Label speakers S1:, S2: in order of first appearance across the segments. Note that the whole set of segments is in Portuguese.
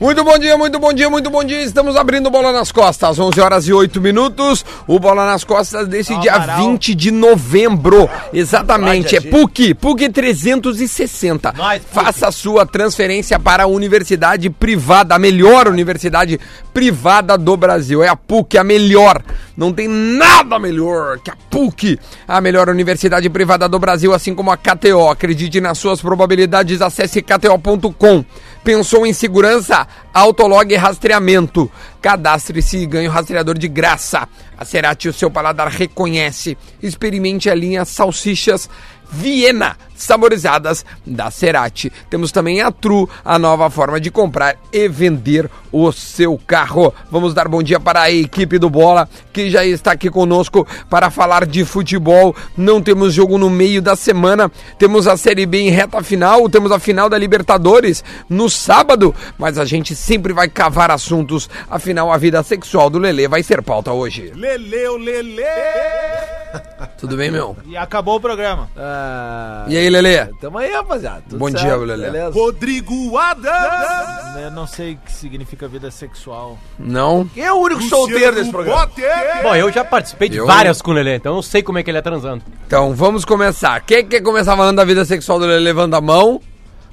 S1: Muito bom dia, muito bom dia, muito bom dia. Estamos abrindo Bola nas Costas, 11 horas e 8 minutos. O Bola nas Costas desse dia
S2: Amaral.
S1: 20 de novembro. Exatamente,
S2: Olha,
S1: é
S2: gente.
S1: PUC, PUC 360.
S2: Nós, PUC.
S1: Faça a sua transferência para a universidade privada, a melhor universidade privada do Brasil. É a PUC, a melhor. Não tem nada melhor que a PUC, a melhor universidade privada do Brasil, assim como a KTO. Acredite nas suas probabilidades, acesse kto.com. Pensou em segurança? Autolog Rastreamento. Cadastre-se e ganhe o rastreador de graça. A Cerati, o seu paladar reconhece. Experimente a linha Salsichas Viena, saborizadas da Cerati. Temos também a Tru, a nova forma de comprar e vender o seu carro. Vamos dar bom dia para a equipe do Bola, que já está aqui conosco para falar de futebol. Não temos jogo no meio da semana, temos a Série B em reta final, temos a final da Libertadores no sábado, mas a gente sempre vai cavar assuntos, afinal a vida sexual do Lelê vai ser pauta hoje.
S2: Leleu, lele.
S1: Tudo bem, meu?
S2: E acabou o programa.
S3: Ah,
S1: E aí, Lelê?
S3: tamo aí, rapaziada. Tudo
S1: Bom
S3: certo,
S1: dia, Lelé.
S3: beleza?
S4: Rodrigo Adams.
S2: Eu né, não sei o que significa vida sexual.
S1: Não?
S3: Quem é o único solteiro desse programa?
S4: Potter.
S5: Bom, eu já participei de
S1: Eu-
S5: várias com o Lelê, então eu sei como é que ele é transando.
S1: Então vamos começar. Quem quer começar falando da vida sexual do Lelê? Levanta a mão.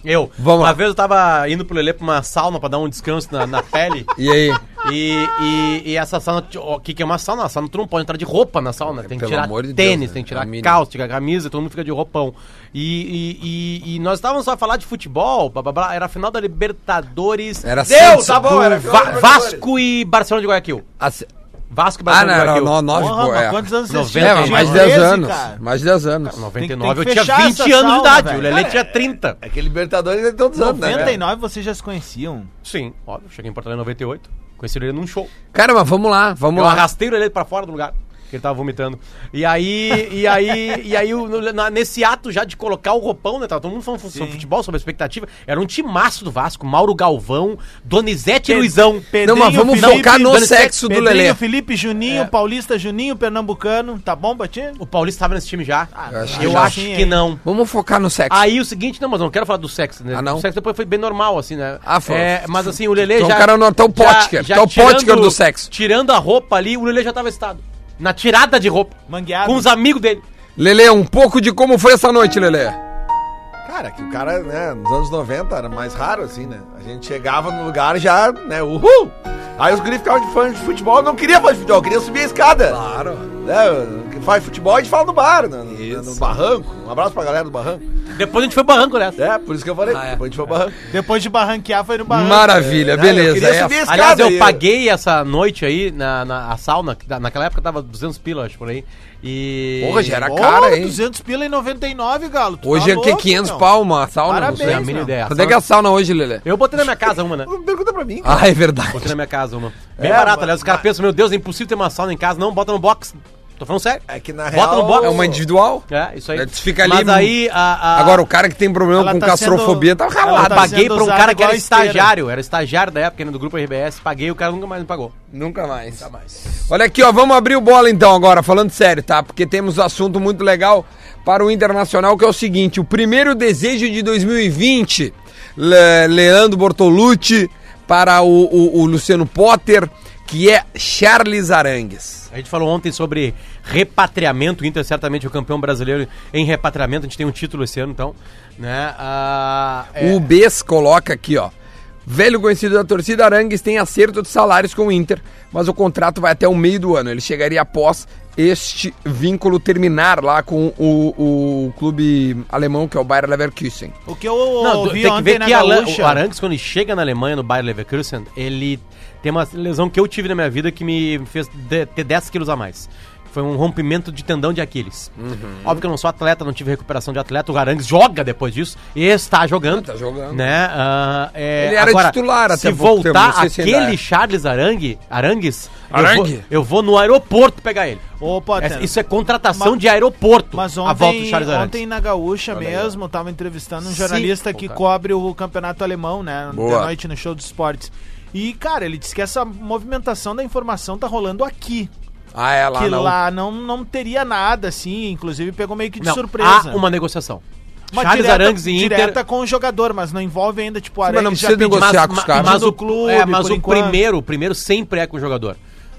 S5: Eu,
S1: Vamos
S5: uma
S1: lá.
S5: vez eu tava indo pro Lelê pra uma sauna pra dar um descanso na, na pele.
S1: E aí?
S5: E, e, e essa sauna, o que, que é uma sauna? A sauna tu não pode entrar de roupa na sauna. Tem que
S1: Pelo
S5: tirar
S1: amor de
S5: tênis,
S1: Deus, né?
S5: tem que tirar
S1: É o mínimo.
S5: calça, tirar camisa, todo mundo fica de roupão. E, e, e, e nós estávamos só a falar de futebol, blá, blá, blá, era a final da Libertadores.
S1: Era
S5: Deu,
S1: Santos
S5: tá bom,
S1: do
S5: era
S1: Va-
S5: Va- Vasco e Barcelona de Guayaquil.
S1: A se-
S5: Vasco e
S1: Ah,
S5: Barcelona
S1: não,
S5: de
S1: era
S5: Guayaquil.
S1: no- nove,
S2: Porra,
S1: pô,
S2: mas
S1: é.
S2: quantos anos vocês
S1: É,
S5: Noventa,
S2: tinham?
S1: mas
S5: tinha
S1: mais 10
S2: 13,
S1: anos.
S2: cara.
S1: Mais 10 anos.
S5: 99
S2: Tem que
S5: eu tinha
S2: fechar
S5: 20
S2: essa
S5: anos de
S2: sauna,
S5: idade,
S2: velho.
S5: o Lelê
S2: Cara,
S5: tinha 30.
S3: É que Libertadores é todos os anos, né?
S2: 99 vocês já se conheciam.
S5: Sim, óbvio, cheguei em Porto Alegre em 98, conheci ele num show.
S1: Cara, mas vamos lá, vamos
S5: Eu
S1: lá.
S5: arrastei o Lelê pra fora do lugar. Que ele tava vomitando. E aí, e aí, e aí, o- no- na- nesse ato já de colocar o roupão, né? Tava todo mundo falando sobre
S2: Sim.
S5: futebol, sobre a expectativa. Era um timaço do Vasco, Mauro Galvão, Donizete e Luizão.
S1: Não, mas vamos focar no
S2: Dani Sec-
S1: sexo do
S2: Pedrinho,
S1: Lelê.
S2: Felipe, Juninho, Paulista, Juninho, Pernambucano. Tá bom pra ti?
S5: O Paulista tava nesse time já.
S2: Eu acho que
S5: eu
S2: já.
S5: acho
S2: Sim,
S5: que
S2: é.
S5: não.
S1: Vamos focar no sexo.
S5: Aí o seguinte, não, mas eu não quero falar do sexo, né?
S1: Ah, não?
S5: O sexo depois foi bem normal, assim, né?
S1: Ah, foi.
S5: É, mas assim, o Lelê
S1: Então
S5: já...
S1: o cara não- tá o
S5: já-
S1: Potker,
S5: já
S1: tá o
S5: tirando-
S1: Potker do sexo.
S5: Tirando a roupa ali, o Lelê já tava excitado. Na tirada de roupa.
S2: Mangueado.
S5: Com os amigos dele.
S1: Lelê, um pouco de como foi essa noite, Lelê.
S3: Cara, que o cara, né, nos anos 90 era mais raro, assim, né? A gente chegava no lugar já, né, uhul! Aí os guris ficavam de fã de futebol, não queria fã de futebol, queria subir a escada.
S1: Claro.
S3: Né, que faz futebol, a gente fala no bar, né, no, no barranco. Um abraço pra galera do barranco.
S5: Depois a gente foi barranco nessa.
S3: É, por isso que eu falei,
S1: Ah, é.
S3: depois a gente foi pro barranco.
S2: Depois de barranquear, foi no barranco.
S1: Maravilha,
S3: Né, eu
S1: beleza.
S3: queria
S1: É,
S3: subir a escada.
S5: Aliás, eu
S3: e-
S5: paguei essa noite aí na, na a sauna, que da- naquela época tava 200 pila, acho, por aí. E.
S1: Porra, já era
S2: Pô,
S1: cara, hein?
S2: 200 pila em 99, Galo. Tu
S1: Hoje
S2: tá
S1: é o que?
S2: louco,
S1: 500
S2: meu.
S1: pau uma sauna?
S5: Não sei a
S2: Parabéns,
S5: mínima
S2: meu.
S5: ideia. Ah,
S1: Quanto é que é a sauna hoje, Lelê?
S5: Eu botei na minha casa uma, né?
S3: Pergunta pra mim.
S1: Ah, é verdade.
S5: Botei na minha casa uma.
S3: É,
S5: Bem barato,
S3: mas-
S5: aliás. Os caras pensam, meu Deus, é impossível ter uma sauna em casa. Não, bota no box. Tô falando sério.
S3: É que na
S5: Bota no
S3: real-
S5: box.
S1: É uma individual?
S5: É, isso aí.
S1: É, tu fica ali-
S5: Mas aí, a, a-
S1: Agora, o cara que tem problema
S2: Ela
S1: com
S2: tá
S1: castrofobia
S2: sendo-
S1: tá
S2: ela
S1: ralado.
S2: tá
S5: paguei
S2: sendo
S5: pra um
S2: usado
S5: cara que
S2: igual
S5: era
S2: esteira.
S5: estagiário. Era estagiário da época, né, do grupo RBS. Paguei, o cara nunca mais me pagou.
S1: Nunca mais. Nunca mais. Olha aqui, ó, vamos abrir o bola então agora, falando sério, tá? Porque temos um assunto muito legal para o Internacional, que é o seguinte, o primeiro desejo de 2020, Le- Leandro Bortolucci para o, o- o Luciano Potter, que é Charles Arangues.
S5: A gente falou ontem sobre repatriamento. O Inter certamente é o campeão brasileiro em repatriamento. A gente tem um título esse ano, então. Né? Ah, é-
S1: O Bes coloca aqui, ó. Velho conhecido da torcida Arangues tem acerto de salários com o Inter, mas o contrato vai até o meio do ano. Ele chegaria após este vínculo terminar lá com o, o clube alemão, que é o Bayer Leverkusen.
S2: O que eu
S5: Não, do-
S2: ouvi
S5: tem que
S2: ontem
S5: ver
S2: na
S5: que a Lan-
S2: Gaúcha...
S5: o Arangues, quando ele chega na Alemanha, no Bayer Leverkusen, ele tem uma lesão que eu tive na minha vida que me fez de- ter 10 quilos a mais. Foi um rompimento de tendão de Aquiles.
S1: Uhum.
S5: Óbvio que eu não sou atleta, não tive recuperação de atleta. O Arangues joga depois disso e está jogando.
S1: Tá jogando.
S5: Né? Ah, é,
S1: Ele era titular até
S5: Se
S1: pouco tempo,
S5: voltar
S1: não sei se ainda
S5: aquele
S1: é.
S5: Charles Arangue, Arangues, eu
S1: Arangue?
S5: vou, eu vou no aeroporto pegar ele.
S2: Ô, Potter,
S5: Essa- Isso é contratação
S2: Mas-
S5: de aeroporto.
S2: Mas
S5: a volta do
S2: ontem,
S5: Charles Arangues.
S2: ontem na Gaúcha mesmo, tava entrevistando um
S5: Sim.
S2: jornalista
S5: Pô,
S2: que
S5: cara.
S2: cobre o campeonato alemão, né?
S1: Boa.
S2: De noite no show dos esportes. E, cara, ele disse que essa movimentação da informação tá rolando aqui.
S1: Ah, é lá
S2: que
S1: não.
S2: lá não, não teria nada, assim. Inclusive pegou meio que de
S5: Não,
S2: surpresa.
S5: Há uma negociação. Charles Arangues e Inter.
S2: Direta com o jogador, mas não envolve ainda, tipo, o
S1: Sim, mas não
S2: Arangues já
S1: precisa
S2: pediu-
S1: negociar com
S5: mas,
S1: os caras.
S5: Mas, o,
S2: Do clube,
S5: é, mas
S2: por
S5: o
S2: enquanto.
S5: primeiro, o primeiro sempre é com o jogador.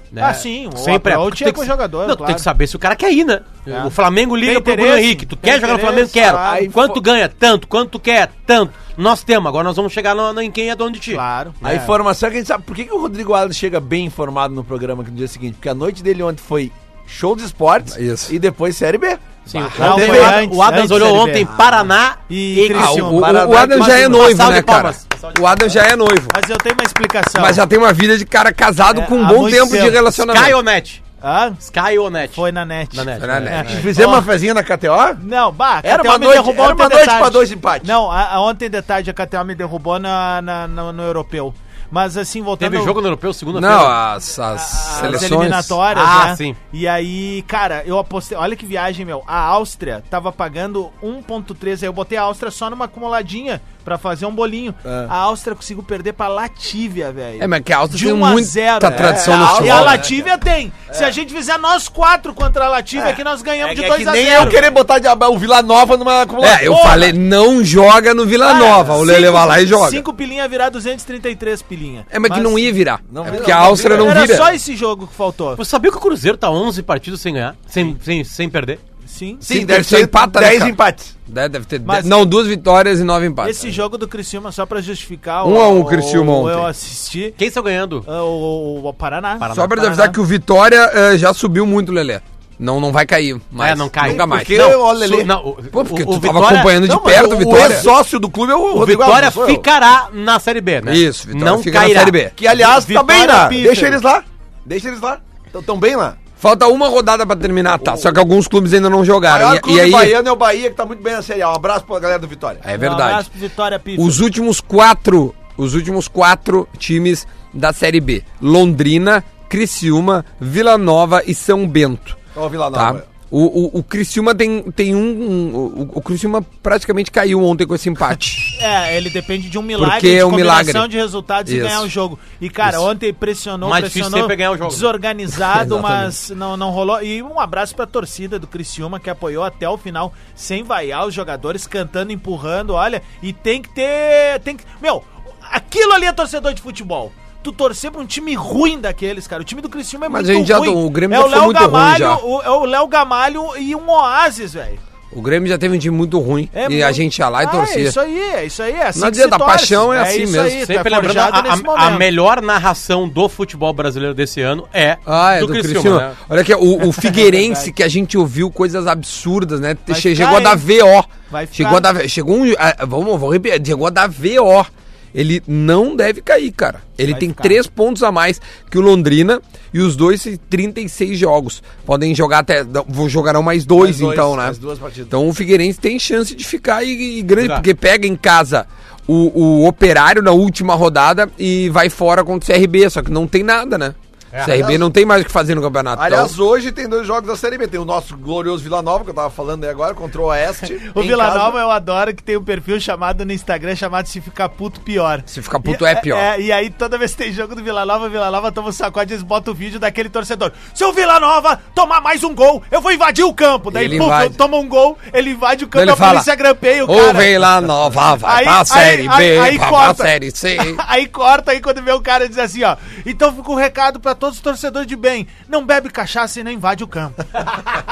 S5: né?
S2: Ah, sim, o
S5: sempre é.
S2: approach
S5: porque
S2: é
S5: tem que
S2: com o
S5: sa-
S2: jogador,
S5: Não, tu tem
S2: claro.
S5: que saber se o cara quer ir, né?
S2: É.
S5: O Flamengo liga
S2: Tem
S5: pro Bruno
S2: interesse,
S5: Henrique. Tu
S2: tem
S5: quer jogar no Flamengo?
S2: interesse,
S5: Quero.
S2: claro.
S5: Quanto tu ganha? Tanto. Quanto tu quer? Tanto. Nós temos. Agora nós vamos chegar no, no- em quem é dono de ti.
S2: Claro.
S3: A informação é que a gente sabe. Por que, que o Rodrigo Alves chega bem informado no programa aqui no dia seguinte? Porque a noite dele ontem foi show de esportes
S1: Isso.
S3: e depois Série B.
S5: Sim, o,
S2: Não,
S5: Adams-
S2: foi
S5: o
S2: antes,
S5: Adams
S2: antes
S5: olhou
S2: da LB.
S5: ontem Paraná
S2: E Criciúma.
S1: Ah, o, o,
S3: Paraná,
S1: o Adam já é
S3: uma
S2: um
S1: noivo,
S5: salva
S1: né,
S5: de
S1: cara?
S5: palmas. Uma salva de
S1: O Adam já é noivo.
S2: Mas eu tenho uma explicação.
S1: Mas já tem uma vida de cara casado
S2: É,
S1: com um
S2: há
S1: bom
S2: muito
S1: tempo de
S2: tempo.
S5: Sky
S1: relacionamento.
S5: ou Net?
S2: Hã?
S5: Sky ou Net?
S2: Foi na net.
S5: Na net.
S1: Foi na
S5: É.
S1: net.
S3: Fizemos uma fezinha na KTO?
S2: Não, bah, a
S3: Era
S2: KTO
S3: uma
S2: me
S3: noite-
S2: derrubou
S3: era
S2: ontem
S3: uma
S2: de
S3: noite
S2: tarde.
S3: pra dois empates.
S2: Não, a, a ontem de tarde a KTO me derrubou na, na- na- no europeu. Mas assim, voltando...
S5: Teve
S2: ao-
S5: jogo no europeu segunda-feira.
S1: Não, as, as
S2: a- Ah, as
S1: seleções.
S2: eliminatórias,
S5: Ah,
S2: né?
S5: sim.
S2: E aí, cara, eu apostei... Olha que viagem, meu. A Áustria tava pagando 1.13, aí eu botei a Áustria só numa acumuladinha pra fazer um bolinho.
S3: É.
S2: A Áustria conseguiu perder pra Latívia, velho.
S1: É, mas que a Áustria
S2: De
S1: tem
S2: 1 a
S1: muita
S2: 0.
S1: tradição
S2: É,
S1: no
S2: a- E a
S1: futebol. né?
S2: Latívia tem. Se a gente fizer nós quatro contra a Latívia,
S3: É.
S2: que nós ganhamos de 2 a 0.
S3: nem eu querer botar de- o Vila Nova numa acumulação.
S1: É, eu falei, não joga no Vila Ah, Nova. O Lele vai lá e joga.
S2: 5 pilinha virar 233 pilinha.
S1: É, mas que não ia virar.
S3: Não
S1: é
S3: vira,
S1: porque a
S3: não
S1: Áustria
S3: vira.
S1: não
S2: Era
S1: vira.
S2: só esse jogo que faltou.
S5: Você sabia que o Cruzeiro tá 11 partidos sem ganhar? Sem, sem, sem perder?
S2: Sim.
S1: Sim, deve ser empata, né,
S3: 10
S1: cara?
S3: empates.
S1: Deve deve ter
S2: Mas-
S1: dez- não, duas vitórias e nove empates.
S2: Esse jogo do Criciúma, só pra justificar...
S1: Um a um,
S2: o-
S1: Criciúma
S2: o- Eu
S1: ontem.
S2: assisti
S5: Quem saiu ganhando?
S2: ah, o, o- o Paraná.
S1: Só pra te avisar que o Vitória eh, já subiu muito, Lelê. Não, não vai cair mais.
S5: É, não cai.
S1: Nunca mais.
S3: Porque
S1: Não,
S3: eu- olha
S5: Su-
S3: ali.
S5: não, o,
S1: Pô, porque
S5: o-
S1: tu
S5: o
S1: tava
S5: Vitória-
S1: acompanhando de
S3: Não, mas
S1: perto o
S3: o
S1: Vitória.
S3: ex-sócio do clube é o
S5: O
S3: Rodrigo
S5: Vitória
S3: Alves, não sou eu.
S5: ficará na Série B, né?
S1: Isso, Vitória
S5: não
S1: fica na
S5: cairá.
S1: Série B.
S3: Que, aliás,
S2: Vitória
S3: tá bem lá.
S2: Peter.
S3: Deixa eles lá. Deixa eles lá. Estão tão bem lá.
S1: Falta uma rodada pra terminar, tá? Só que alguns clubes ainda não
S3: O
S1: jogaram.
S3: maior
S1: E,
S3: clube
S1: e aí.
S3: baiano é o Bahia, que tá muito bem na Série A. Um abraço pra galera do Vitória.
S1: É
S2: Um
S1: verdade.
S2: abraço pro Vitória Pifa.
S1: Os últimos quatro, os últimos quatro times da Série B: Londrina, Criciúma, Vila Nova e São Bento.
S3: Ó, o Vila Nova.
S1: Tá? O, o, o Criciúma tem, tem um, um- o, o Criciúma praticamente caiu ontem com esse empate.
S2: É, ele depende de um milagre
S1: Porque
S2: de
S1: é um
S2: combinação
S1: milagre.
S2: de resultados
S1: Isso.
S2: e ganhar o jogo. E, cara,
S1: Isso.
S2: ontem pressionou,
S5: Mais difícil
S2: pressionou.
S5: sempre é ganhar o jogo.
S2: Desorganizado,
S1: Exatamente.
S2: mas não, não rolou. E um abraço pra torcida do Criciúma, que apoiou até o final, sem vaiar os jogadores, cantando, empurrando, olha. E tem que ter. Tem que, meu, aquilo ali é torcedor de futebol. Tu torcer pra um time ruim daqueles, cara. O time do Criciúma é
S1: Mas
S2: muito
S1: a gente já-
S2: ruim.
S1: o Grêmio
S2: é
S1: já
S2: o
S1: foi
S2: Léo
S1: muito ruim
S2: Gamalho,
S1: já.
S2: o- é o Léo Gamalho e um Oasis, velho.
S1: O Grêmio já teve um time muito ruim
S2: É
S1: e
S2: muito-
S1: a gente ia lá e
S2: Ah, É
S1: torcia.
S2: isso aí, é isso aí. É assim
S1: Não
S2: que se
S1: adianta, a
S2: torce.
S1: paixão é assim
S2: isso
S1: mesmo.
S2: aí, tu é
S5: Sempre tá lembrando, a,
S2: forjado nesse
S5: a- a
S2: momento.
S5: melhor narração do futebol brasileiro desse ano é,
S1: Ah, é do, Criciúma.
S5: né?
S1: Olha aqui,
S2: É
S1: o, o Figueirense, que a gente ouviu coisas absurdas, né? Te-
S2: Vai
S1: che-
S2: ficar,
S1: chegou a dar
S2: hein?
S1: VO.
S2: Vai ficar.
S1: Chegou a dar, chegou um, ah, vamos, vou repetir, chegou a dar VO. Ele não deve cair, cara. Ele
S2: Vai
S1: tem
S2: ficar.
S1: três pontos a mais que o Londrina e os dois têm 36 jogos. Podem jogar até. não, vou- Jogarão mais
S3: Mais
S1: dois,
S3: dois,
S1: então, né?
S3: mais duas partidas.
S1: Então o Figueirense tem chance de ficar e, e grande,
S5: Tá.
S1: porque pega em casa o, o operário na última rodada e vai fora contra o CRB, só que não tem nada, né?
S2: É,
S1: O CRB
S3: aliás-
S1: não tem mais o que fazer no campeonato.
S3: Aliás,
S1: então-
S3: hoje tem dois jogos da Série B. Tem o nosso glorioso Vila Nova, que eu tava falando aí agora, contra o Oeste.
S2: O
S3: em
S2: Vila
S3: casa.
S2: Nova eu adoro que tem um perfil chamado no Instagram chamado Se Ficar Puto Pior.
S1: Se ficar puto é
S2: E-
S1: pior.
S2: e aí toda vez que tem jogo do Vila Nova, o Vila Nova toma um sacode e eles botam o vídeo daquele torcedor. Se o Vila Nova tomar mais um gol, eu vou invadir o campo. Daí,
S1: Ele
S2: pum,
S1: invade.
S2: toma um gol, ele invade o
S1: Daí
S2: campo,
S1: ele
S2: a
S1: fala,
S2: polícia grampeia o cara.
S1: Ou vem lá nova, vai
S2: Aí-
S1: pra
S2: aí-
S1: série
S2: aí-
S1: B, vai
S2: aí
S1: pra
S2: corta.
S1: série C.
S2: aí corta, aí quando vê o cara diz assim, ó. Então fica o recado pra todos os torcedores de bem. Não bebe cachaça e nem invade o campo.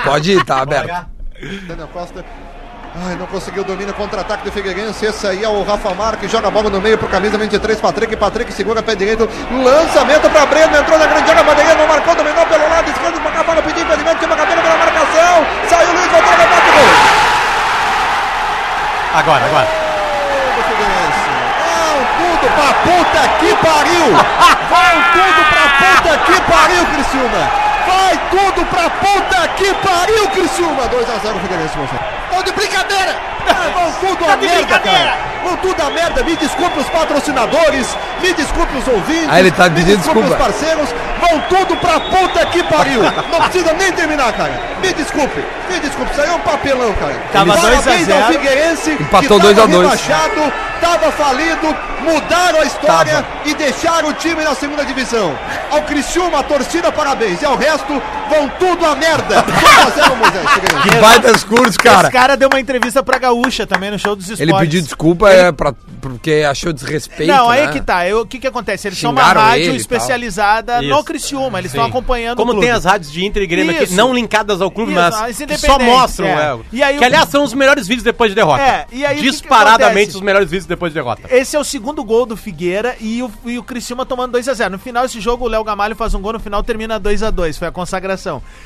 S1: Pode ir, tá aberto.
S6: Daniel Costa. Ai, não conseguiu o domínio, contra-ataque do Figueirense. Esse aí é o Rafa Marques, joga a bola no meio pro camisa 23, Patrick. Patrick segura, pé direito, lançamento pra Breno, entrou na grande área, Bandeira não marcou, dominou pelo lado esquerdo, pra bola, pediu impedimento, tinha uma cabelo pela marcação, saiu Luiz, voltou, rebate, gol!
S5: Agora, agora.
S6: Do Figueirense. Vão tudo pra puta que pariu! Vão tudo pra puta que pariu, Criciúma! Vai tudo pra puta que pariu, Criciúma! 2x0 Figueirense, moça. Tão de brincadeira! Ah, Vão tudo a
S2: de
S6: merda,
S2: brincadeira!
S6: cara! Vão tudo a merda! Me desculpe os patrocinadores, me desculpe os ouvintes,
S1: Ah, ele tá
S6: me
S1: pedindo
S6: desculpe os
S1: desculpa.
S6: parceiros, vão tudo pra puta que pariu! Não precisa nem terminar, cara! Me desculpe, me desculpe, saiu um papelão, cara!
S2: Tava
S6: Parabéns
S2: 2 a 0.
S6: ao Figueirense,
S1: Empatou
S6: que
S1: 2 a
S6: tava
S1: 2.
S6: rebaixado rebaixado, tava falido, mudaram a história e deixaram o time na segunda divisão. Ao Criciúma, a torcida, parabéns. E ao resto, Vão tudo a merda! Só fazendo, Moisés Figueiredo.
S1: Que Um baita discurso, cara.
S2: Esse cara deu uma entrevista pra Gaúcha também no show dos esportes.
S1: Ele pediu desculpa é, pra, porque achou desrespeito.
S2: Não, aí
S1: né?
S2: que tá. Eu- O que que acontece? Eles são uma
S1: Xingaram
S2: rádio
S1: ele e
S2: especializada
S5: tal.
S2: no
S5: Isso.
S2: Criciúma. Eles estão acompanhando o
S5: Como
S2: É clube.
S5: tem as rádios de Inter e Grêmio aqui,
S2: Isso.
S5: não linkadas ao clube,
S2: Isso,
S5: mas
S2: as
S5: que só
S2: independentes,
S5: mostram.
S2: é.
S5: é,
S2: E aí
S5: que,
S2: o-
S5: aliás, são os melhores vídeos depois de derrota.
S2: É, e aí o que que
S5: Disparadamente
S2: acontece?
S5: os melhores vídeos depois de derrota.
S2: Esse é o segundo gol do Figueira e o, e o Criciúma tomando 2x0. No final, esse jogo, o Léo Gamalho faz um gol, no final termina 2x2, foi a consagração.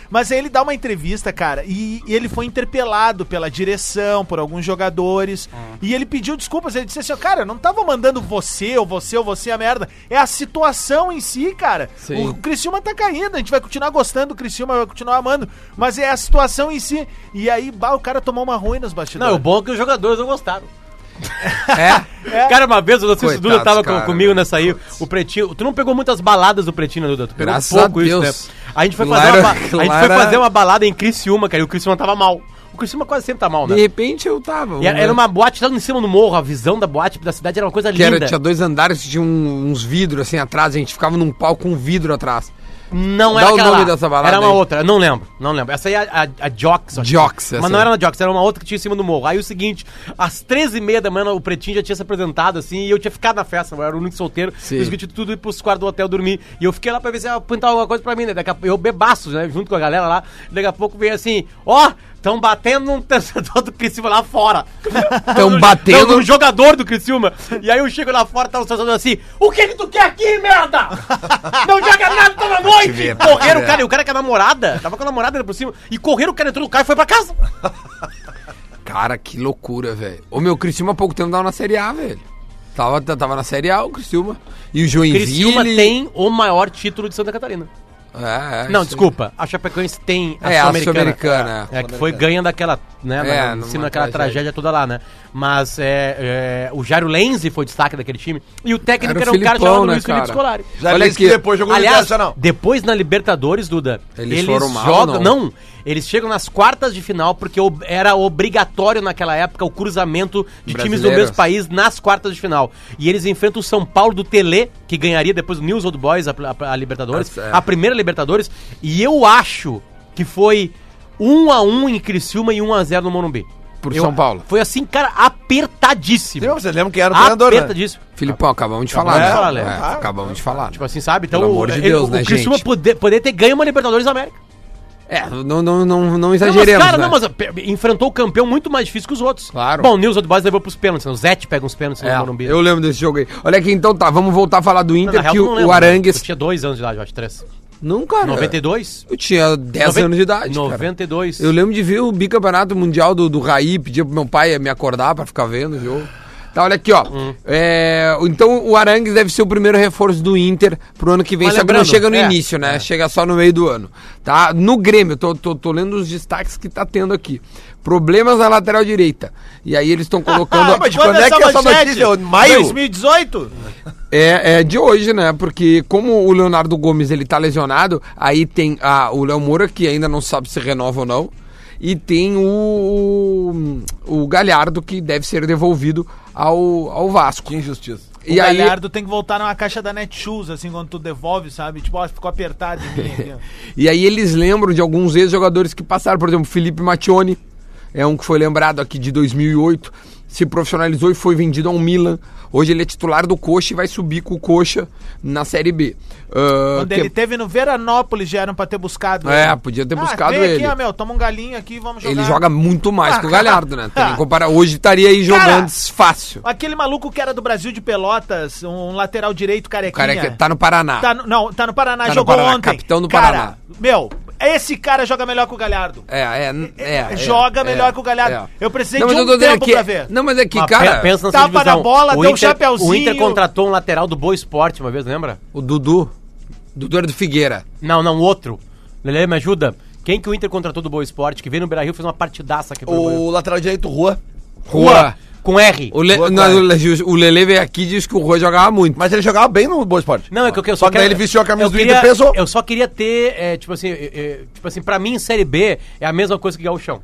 S2: Mas aí ele dá uma entrevista, cara, e, e ele foi interpelado pela direção, por alguns jogadores, e ele pediu desculpas. Ele disse assim: ó, cara, eu não tava mandando você, ou você, ou você a merda. É a situação em si, cara.
S1: Sim.
S2: O Criciúma tá caindo, a gente vai continuar gostando do Criciúma, vai continuar amando, mas é a situação em si. E aí, bah, o cara tomou uma ruim nos bastidores.
S5: Não, o bom é que os jogadores não gostaram.
S1: É.
S5: Cara, uma vez o Luciano
S1: Coitados,
S5: Duda tava com-
S1: cara.
S5: comigo nessa aí, o Pretinho. Tu não pegou muitas baladas do Pretinho, né, Duda? Tu pegou
S1: Graças
S5: pouco
S1: a
S5: isso, né?
S1: Deus.
S5: A gente, foi
S1: Clara-
S5: fazer uma, ba- a gente foi
S1: Clara-
S5: fazer uma balada em Criciúma, cara, e o Criciúma tava mal. O Criciúma quase sempre tá mal,
S1: De
S5: né?
S1: repente eu tava. né?
S5: E era era uma boate lá em cima do morro, a visão da boate da cidade era uma coisa
S1: Que
S5: linda.
S1: era, tinha dois andares, tinha um- uns vidros assim atrás, a gente ficava num palco com um vidro atrás.
S5: Não
S1: Dá
S5: era
S1: o
S5: aquela
S1: nome
S5: lá.
S1: dessa balada
S5: Era uma
S1: aí.
S5: outra, eu não lembro, não lembro. Essa aí é a, a, a Jocks. eu acho.
S1: Jocks,
S5: Mas
S1: essa
S5: não
S1: aí.
S5: era na Jocks, era uma outra que tinha em cima do morro. Aí o seguinte, às três e meia da manhã o Pretinho já tinha se apresentado, assim, e eu tinha ficado na festa, eu era o único solteiro.
S1: Sim.
S5: Os de tudo ir pros quartos do hotel dormir. E eu fiquei lá pra ver se ia apontar alguma coisa pra mim, né? Daqui a, eu bebaço, né? Junto com a galera lá. Daqui a pouco veio assim, ó... Estão batendo num torcedor do Criciúma lá fora.
S1: Tão batendo-
S5: Não, num jogador do Criciúma. E aí eu chego lá fora, tá o torcedor assim: O que que tu quer aqui, merda? Não joga nada toda noite!
S1: ver, pra
S5: correram o
S1: ver.
S5: cara, e o cara com a namorada, tava com a namorada ali por cima, e correram o cara, entrou no carro e foi pra casa.
S1: Cara, que loucura, velho. O meu Criciúma há pouco tempo tava na Série A, velho. Tava, tava na Série A, o Criciúma. E o Joinville.
S5: Criciúma tem o maior título de Santa Catarina.
S1: É, é,
S5: não,
S1: isso.
S5: desculpa, a Chapecoense tem
S1: É, a Sul-Americana.
S5: É, que foi ganha daquela, né,
S1: É,
S5: na- em
S1: numa
S5: cima daquela tragédia.
S1: tragédia.
S5: toda lá, né? Mas é, é, o Jairo Lenzi foi destaque daquele time, e o técnico
S1: Era
S5: era,
S1: o
S5: um cara
S1: Filipão,
S5: chamado
S1: né,
S5: Luiz Felipe
S1: cara?
S5: Scolari.
S3: Já
S1: Olha
S3: disse que
S1: aqui.
S3: depois jogou no
S5: Aliás,
S3: Internacional.
S5: depois na Libertadores, Duda,
S1: Eles foram mal,
S5: jogam. Não?
S1: não?
S5: eles chegam nas quartas de final, porque ob- era obrigatório naquela época o cruzamento de times do
S1: Brasileiros.
S5: mesmo país nas quartas de final. E eles enfrentam o São Paulo do Tele, que ganharia depois o News Old Boys, a, a- a Libertadores,
S1: Tá certo.
S5: a primeira Libertadores. E eu acho que foi 1 a 1 em Criciúma e 1 a 0 no Morumbi.
S1: Por
S5: Eu-
S1: São Paulo.
S5: Foi assim, cara, apertadíssimo.
S3: Você lembra quem era o treinador, né?
S5: Apertadíssimo.
S1: Filipão, acabamos de falar,
S5: de
S1: né?
S5: falar, Léo.
S1: É, acabamos de falar.
S5: Tipo assim, sabe? Então,
S1: Pelo amor de
S5: ele-
S1: Deus,
S5: o
S1: né,
S5: Criciúma
S1: gente?
S5: poder, poder ter ganho uma Libertadores da América.
S1: É, não, não, não, não
S5: Não,
S1: exageremos,
S5: mas, cara,
S1: né?
S5: não, mas pe- enfrentou o campeão muito mais difícil que os outros.
S1: Claro.
S5: Bom, o News Old Boys levou pros pênaltis, né? o Zete pega uns pênaltis
S1: É,
S5: no Morumbi.
S1: eu lembro desse jogo aí. Olha aqui, então tá, vamos voltar a falar do
S5: Não,
S1: Inter,
S5: na real,
S1: que
S5: eu não
S1: o,
S5: lembro,
S1: o
S5: né?
S1: Arangues...
S5: Eu tinha dois anos de idade, eu acho, três.
S1: Não, cara.
S5: 92?
S1: Eu tinha 10
S5: Noven-
S1: anos de idade, cara.
S5: 92.
S1: Eu lembro de ver o bicampeonato mundial do, do Raí, pedir pro meu pai me acordar pra ficar vendo o jogo. Tá, olha aqui, ó. É, então o Arangues deve ser o primeiro reforço do Inter pro ano que vem,
S5: Mas
S1: só que não
S5: lembrando,
S1: chega no
S5: é,
S1: início, né? Chega só no meio do ano. Tá? No Grêmio, tô, tô, tô lendo os destaques que tá tendo aqui. Problemas na lateral direita. E aí eles estão colocando.
S3: Ah, mas de
S2: Quando
S3: quando é que é essa
S2: manchete?
S3: notícia? Maio?
S2: 2018?
S1: É, é de hoje, né? Porque como o Leonardo Gomes ele tá lesionado, aí tem a, o Léo Moura, que ainda não sabe se renova ou não, e tem o, o Galhardo, que deve ser devolvido ao, ao Vasco.
S3: Que injustiça.
S1: E
S2: o
S1: aí,
S2: Galhardo tem que voltar numa caixa da Netshoes, assim, quando tu devolve, sabe? Tipo, ó, ficou apertado. em mim aqui, ó.
S1: e aí eles lembram de alguns ex-jogadores que passaram, por exemplo, Felipe Mattioni, é um que foi lembrado aqui de 2008, se profissionalizou e foi vendido ao Milan. Hoje ele é titular do Coxa e vai subir com o Coxa na Série B. Ah,
S2: Quando
S1: que-
S2: ele teve no Veranópolis, já eram pra ter buscado.
S1: É,
S2: ele.
S1: podia ter
S2: Ah,
S1: buscado
S2: vem
S1: ele.
S2: Aqui, ó, meu, toma um galinho aqui, vamos jogar.
S1: Ele joga muito mais
S2: Ah,
S1: que o
S2: cara.
S1: Galhardo, né? Tem que comparar. Hoje estaria aí jogando fácil.
S2: Aquele maluco que era do Brasil de Pelotas, um lateral direito
S1: O
S2: carequinha.
S1: cara que tá no Paraná.
S2: Tá no- não, tá no Paraná,
S1: Tá no
S2: jogou
S1: Paraná,
S2: ontem.
S1: capitão do
S2: Cara,
S1: Paraná.
S2: Meu, esse cara joga melhor que o Galhardo.
S1: É, é, é, é,
S2: Joga
S1: é,
S2: melhor que o Galhardo.
S1: é.
S2: Eu precisei
S1: Não,
S2: de
S1: mas
S2: um
S1: eu tô dizendo
S2: tempo
S1: que-
S2: pra ver.
S1: Não, mas é que,
S5: Mas
S1: cara,
S5: pe- pensa nessa
S2: tapa na
S5: divisão.
S2: bola,
S5: o
S2: deu um
S5: Inter, O
S2: chapeuzinho.
S5: Inter contratou um lateral do Boa Esporte uma vez, lembra?
S1: o Dudu, Dudu era do Figueira.
S5: Não, não, outro. Lele, me ajuda. Quem que o Inter contratou do Boa Esporte, que veio no Beira-Rio, fez uma partidaça aqui pro Beira-Rio?
S3: O lateral direito, Rua.
S1: Rua.
S5: Com R.
S1: O, Le...
S3: Rua,
S1: não,
S5: é?
S3: claro.
S1: o Le- o Lele veio aqui e disse que o Rua jogava muito.
S3: Mas ele jogava bem no Boa Esporte.
S5: Não, é que eu, eu
S3: Só que daí ele vestiu a camisa
S5: eu
S3: do
S5: queria-
S3: Inter e pesou.
S5: Eu só queria ter, é, tipo assim, é, é, tipo assim, pra mim, Série B é a mesma coisa que Gauchão.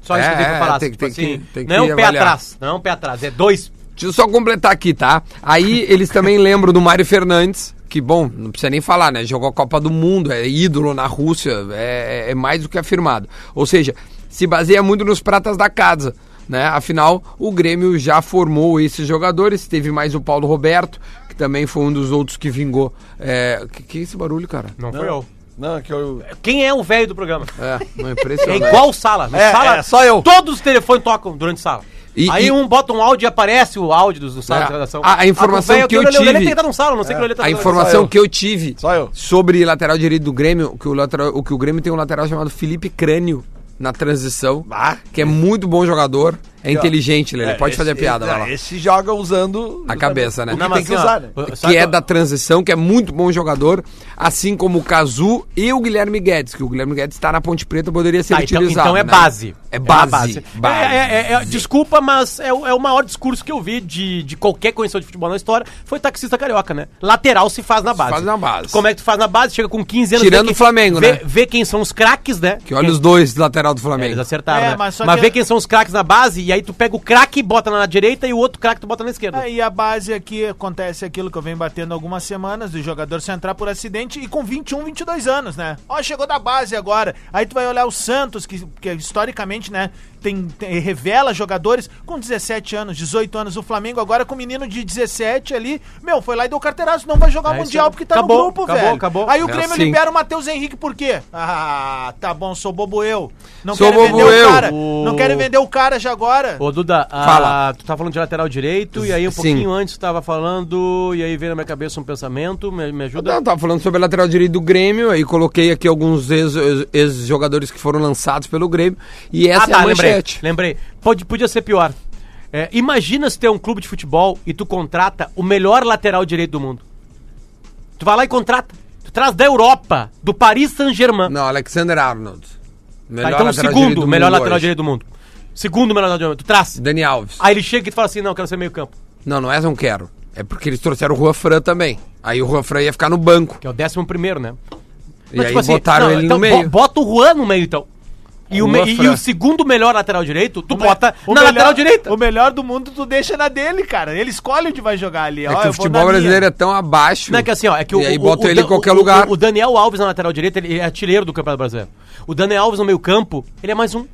S5: Só isso
S1: É,
S5: que eu tenho
S1: é,
S5: pra falar.
S1: tem que- tem
S5: tipo
S1: que-
S5: assim,
S1: tem que
S5: não é um pé
S1: avaliar.
S5: atrás, não é um pé atrás, é dois.
S1: Deixa eu só completar aqui, tá? Aí eles também lembram do Mário Fernandes, que, bom, não precisa nem falar, né? Jogou a Copa do Mundo, é ídolo na Rússia, é, é mais do que afirmado. Ou seja, se baseia muito nos pratas da casa. Né? Afinal, o Grêmio já formou esses jogadores. Teve mais o Paulo Roberto, que também foi um dos outros que vingou. É... Que, que é esse barulho, cara?
S5: Não, foi eu.
S3: Não, é que eu.
S5: Quem é o velho do programa?
S1: É, não é
S5: É
S1: impressionante.
S5: igual sala. No
S3: É,
S5: sala
S3: é, só eu.
S5: Todos os telefones tocam durante sala.
S1: E-
S5: aí
S1: e-
S5: um bota um áudio e aparece o áudio do, do sala
S1: É.
S5: de redação.
S1: A- a informação que eu tive-
S5: tá no sala, não sei que o Lelê tá
S1: A
S5: no-
S1: informação
S3: eu.
S1: que eu tive
S3: Só eu.
S1: sobre lateral direito do Grêmio, que o, lateral, o que o Grêmio tem um lateral chamado Felipe Crânio na transição,
S3: Ah.
S1: que é muito bom jogador, é inteligente, Lele.
S3: É,
S1: Pode fazer a
S3: esse-
S1: piada, vai lá.
S3: Esse joga usando.
S1: A cabeça, né?
S3: O que
S1: Não,
S3: tem
S5: mas
S3: que
S5: assim, ó,
S3: usar, né?
S5: só
S1: que é da transição, que é muito bom jogador, assim como o Cazu e o Guilherme Guedes, que o Guilherme Guedes está na Ponte Preta, poderia ser
S5: Tá, então,
S1: utilizado.
S5: então é
S1: né?
S5: base.
S1: É
S5: uma
S1: base. base.
S5: É, é, é, é, desculpa, mas é, o é o maior discurso que eu vi de, de qualquer conhecedor de futebol na história. Foi taxista carioca, né? Lateral se faz na base.
S1: faz na base.
S5: Como é que tu faz na base? Chega com 15 anos.
S1: Tirando
S5: vê
S1: o Flamengo,
S5: vê,
S1: né?
S5: Vê quem são os craques, né?
S1: Que olha
S5: Quem-
S1: os dois do lateral do
S5: É,
S1: Flamengo.
S5: eles acertaram,
S2: É,
S5: né?
S2: mas
S5: Mas,
S2: só que-
S5: vê quem são os craques na base e aí tu pega o craque e bota na direita e o outro craque tu bota na esquerda.
S2: Aí É, a base aqui acontece aquilo que eu venho batendo há algumas semanas, do jogador se entrar por acidente e com 21, 22 anos, né? Ó, chegou da base agora. Aí tu vai olhar o Santos, que, que historicamente, né, tem, tem- revela jogadores com 17 anos, 18 anos. O Flamengo agora com um menino de 17 ali, meu, foi lá e deu carteiraço, não vai jogar o
S5: É,
S2: Mundial
S5: isso aí.
S2: porque tá
S5: Acabou,
S2: no grupo,
S5: acabou,
S2: velho.
S5: acabou.
S2: Aí o
S1: É
S2: Grêmio
S1: assim.
S2: libera o Matheus Henrique por quê? Ah, tá bom, sou bobo eu. Não
S1: Sou
S2: quero vender
S1: bobo eu.
S2: o cara. Não
S5: O-
S2: quero vender o cara já agora.
S5: Ô, Duda, a-
S1: Fala.
S5: tu tá falando de lateral direito, e aí um
S1: Sim.
S5: pouquinho antes tu tava falando, e aí veio na minha cabeça um pensamento, me, me ajuda?
S1: Não, eu tava falando sobre a lateral direito do Grêmio, aí coloquei aqui alguns ex- ex- ex-jogadores que foram lançados pelo Grêmio, e essa é a
S5: Ah, tá, lembrei.
S1: manchete.
S5: Lembrei. Pode, podia ser pior. É, imagina se tu é um clube de futebol e tu contrata o melhor lateral direito do mundo. Tu vai lá e contrata. Tu traz da Europa, do Paris Saint-Germain.
S1: Não, Alexander Arnold.
S5: Tá,
S1: Melhor
S5: então, o
S1: direito
S5: segundo
S1: do
S5: melhor
S1: mundo
S5: lateral
S1: hoje.
S5: direito do mundo. Segundo melhor lateral direito. Tu traz.
S1: Dani Alves.
S5: Aí ele chega e tu fala assim: não, quero ser meio campo.
S1: Não, não é não quero. É porque eles trouxeram o Juan Fran também. Aí o Juan Fran ia ficar no banco.
S5: Que é o décimo primeiro, né?
S1: E aí botaram ele no
S5: então,
S1: meio.
S5: bo- Bota o Juan no meio, então. E o,
S1: Juan
S5: me- e-
S1: Fran.
S5: e o segundo melhor lateral direito, tu bota
S2: O
S5: na
S2: melhor-
S5: lateral direita.
S2: O melhor do mundo tu deixa na dele, cara. Ele escolhe onde vai jogar ali.
S1: é que o futebol brasileiro é tão abaixo.
S5: Não é que assim, ó, é que
S1: e aí bota
S5: o
S1: ele
S5: Dan-
S1: em qualquer
S5: o-
S1: lugar.
S5: O, o Daniel Alves na lateral direita, ele é artilheiro do Campeonato Brasileiro. O Daniel Alves no meio-campo, ele é mais um.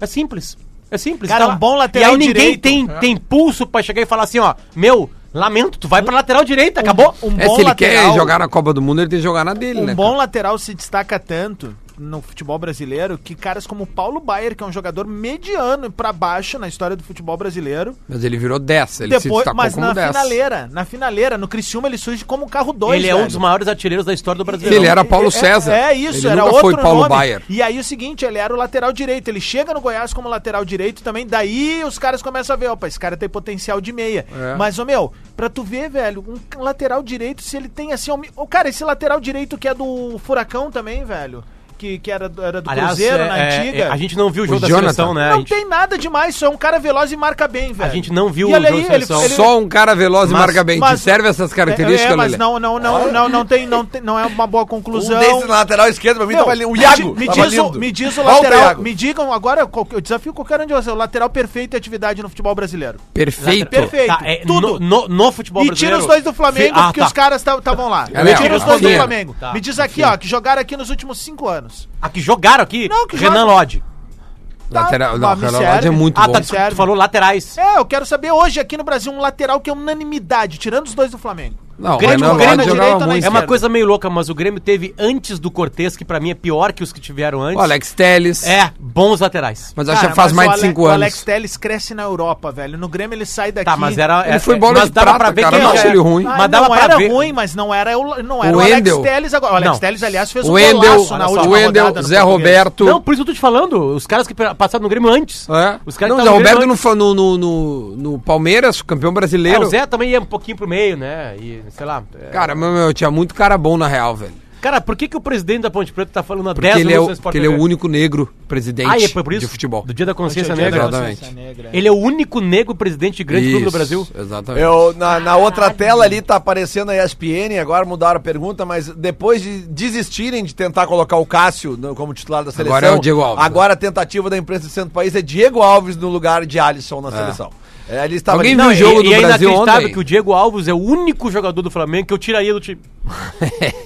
S5: É simples. É simples.
S2: Cara,
S5: lá.
S2: um bom lateral
S5: E aí ninguém
S2: direito.
S5: tem, tem pulso pra chegar e falar assim, ó, meu, lamento, tu vai pra lateral direita, acabou.
S2: Um
S1: é,
S2: bom
S1: se ele
S2: lateral,
S1: quer jogar na Copa do Mundo, ele tem que jogar na dele,
S2: Um
S1: né?
S2: bom
S1: cara?
S2: lateral se destaca tanto no futebol brasileiro que caras como o Paulo Baier, que é um jogador mediano pra baixo na história do futebol brasileiro,
S1: Mas ele virou 10, ele se
S2: depois,
S1: destacou
S2: mas
S1: como
S2: na
S1: 10.
S2: finaleira, na finaleira, no Criciúma ele surge como carro 2,
S5: ele é um dos maiores artilheiros da história do Brasil.
S1: Ele era Paulo
S2: É-
S1: César.
S2: É, isso,
S1: Ele
S2: era
S1: nunca
S2: outro
S1: foi Paulo
S2: nome.
S1: Baier.
S2: E aí o seguinte, ele era o lateral direito. Ele chega no Goiás como lateral direito também. Daí os caras começam a ver, opa, esse cara tem potencial de meia.
S1: É.
S2: Mas, ô meu, pra tu ver, velho, um lateral direito, se ele tem assim... Um... ô, cara, esse lateral direito que é do Furacão também, velho. Que, que era, do- era do
S5: Aliás,
S2: Cruzeiro,
S5: é-
S2: na
S5: é-
S2: antiga.
S5: é, a gente não viu o jogo da
S1: Jonathan.
S5: seleção, né? A
S2: Não
S5: gente-
S2: tem nada demais, só é um cara veloz e marca bem, velho.
S5: gente não viu
S2: e
S5: o
S2: olha
S5: jogo
S2: aí,
S5: da
S2: ele,
S5: seleção.
S2: ele-
S1: Só um cara veloz e
S5: Mas-
S1: marca bem. Te
S2: mas-
S1: serve essas características,
S2: é, é, mas
S1: Lelê?
S2: não, não, não, não, não tem, não tem, não é uma boa conclusão.
S3: Um desse lateral esquerdo pra mim
S2: Meu,
S3: tava lindo. O Iago.
S2: Me, me
S3: tava
S2: diz, o,
S3: lindo.
S2: me diz o
S3: Volta,
S2: lateral.
S3: Iago.
S2: Me digam agora, qual- eu desafio qualquer um de vocês. O lateral perfeito e atividade no futebol brasileiro.
S1: Perfeito.
S2: Perfeito.
S5: Tá, é,
S2: Tudo.
S5: No, no, no futebol
S2: E
S5: brasileiro...
S2: tira os dois do Flamengo,
S5: Fe- ah,
S2: porque
S5: tá.
S2: os caras estavam lá.
S1: É, Léo,
S2: tira os dois do
S1: Rafinha.
S2: Flamengo.
S5: Tá,
S2: Me diz aqui, ó, que jogaram aqui nos últimos cinco anos.
S5: Ah, que jogaram aqui?
S2: Não, que
S5: Renan
S2: joga-
S5: Lodge.
S1: Lateral,
S2: Tá,
S1: não,
S2: me
S1: lateral
S2: serve.
S1: é muito
S5: Ah,
S1: bom.
S5: tá, desculpa,
S2: Serve.
S5: tu falou laterais.
S2: É, eu quero saber hoje aqui no Brasil um lateral que é unanimidade, tirando os dois do Flamengo.
S1: Não, o
S5: Grêmio-
S1: Renan Lodge
S5: Grêmio na
S1: jogava
S2: direita ou na
S1: muito.
S5: É uma
S2: esquerda.
S5: coisa meio louca, mas o Grêmio teve antes do Cortez, que pra mim é pior que os que tiveram
S1: O
S5: antes.
S1: Alex Telles.
S5: É, bons laterais.
S1: Mas acho
S2: Cara,
S1: que faz
S2: mas
S1: mais
S2: o
S1: de
S2: Ale-
S1: 5
S2: O
S1: anos.
S2: Alex Telles cresce na Europa, velho. No Grêmio ele sai daqui.
S5: Tá, mas era.
S1: Ele
S5: é-
S1: foi
S5: é-
S1: bola
S5: mas
S1: de
S5: dava
S1: prata,
S5: pra ver
S1: cara,
S5: quem
S1: não
S5: era.
S1: acho ele ruim.
S2: Ah,
S5: Mas dava
S2: não
S5: pra
S2: era
S5: ver.
S2: ruim, mas não era o, não era
S1: O
S2: o, Alex
S1: Wendel.
S2: Telles agora. O Alex
S5: Não.
S2: Telles, aliás, fez
S5: um
S2: um
S1: O
S2: golaço
S1: Wendel,
S2: na
S1: o
S2: última rodada
S1: Wendel,
S2: no
S1: Zé
S2: português.
S1: Roberto.
S5: Não, por isso que eu tô te falando. Os caras que pe- passaram no Grêmio antes.
S1: É.
S5: Os
S1: não,
S5: caras que
S1: o
S5: estavam
S1: Zé Roberto
S5: Grêmio
S1: no,
S5: antes.
S1: fa- no, no, no, no Palmeiras, campeão
S5: É,
S1: brasileiro.
S5: o Zé também ia um pouquinho pro meio, né? E, sei lá. é.
S1: Cara, meu, meu, tinha muito cara bom na real, velho.
S5: Cara, por que, que o presidente da Ponte Preta tá falando há
S1: Porque
S5: 10
S1: ele é,
S5: minutos
S1: o, porque ele é o único negro presidente
S5: Ah, e foi por isso?
S1: de futebol.
S5: Do Dia da Consciência
S1: Hoje é o Dia
S5: Negra.
S1: da Consciência
S5: Ele é o único negro presidente de grande clube do
S1: Isso,
S5: Brasil. É
S1: Exatamente.
S3: Eu, na, na outra tela ali tá aparecendo a ESPN, agora mudaram a pergunta, mas depois de desistirem de tentar colocar o Cássio no- como titular da seleção.
S1: Agora é o Diego Alves,
S3: Agora a tentativa da imprensa de Santo País é Diego Alves no lugar de Alisson na seleção. É, ele estava
S1: Alguém
S3: ali.
S1: viu o jogo do
S5: e, e é
S1: Brasil
S5: inacreditável
S1: ontem?
S5: que o Diego Alves é o único jogador do Flamengo que eu tiraria do time.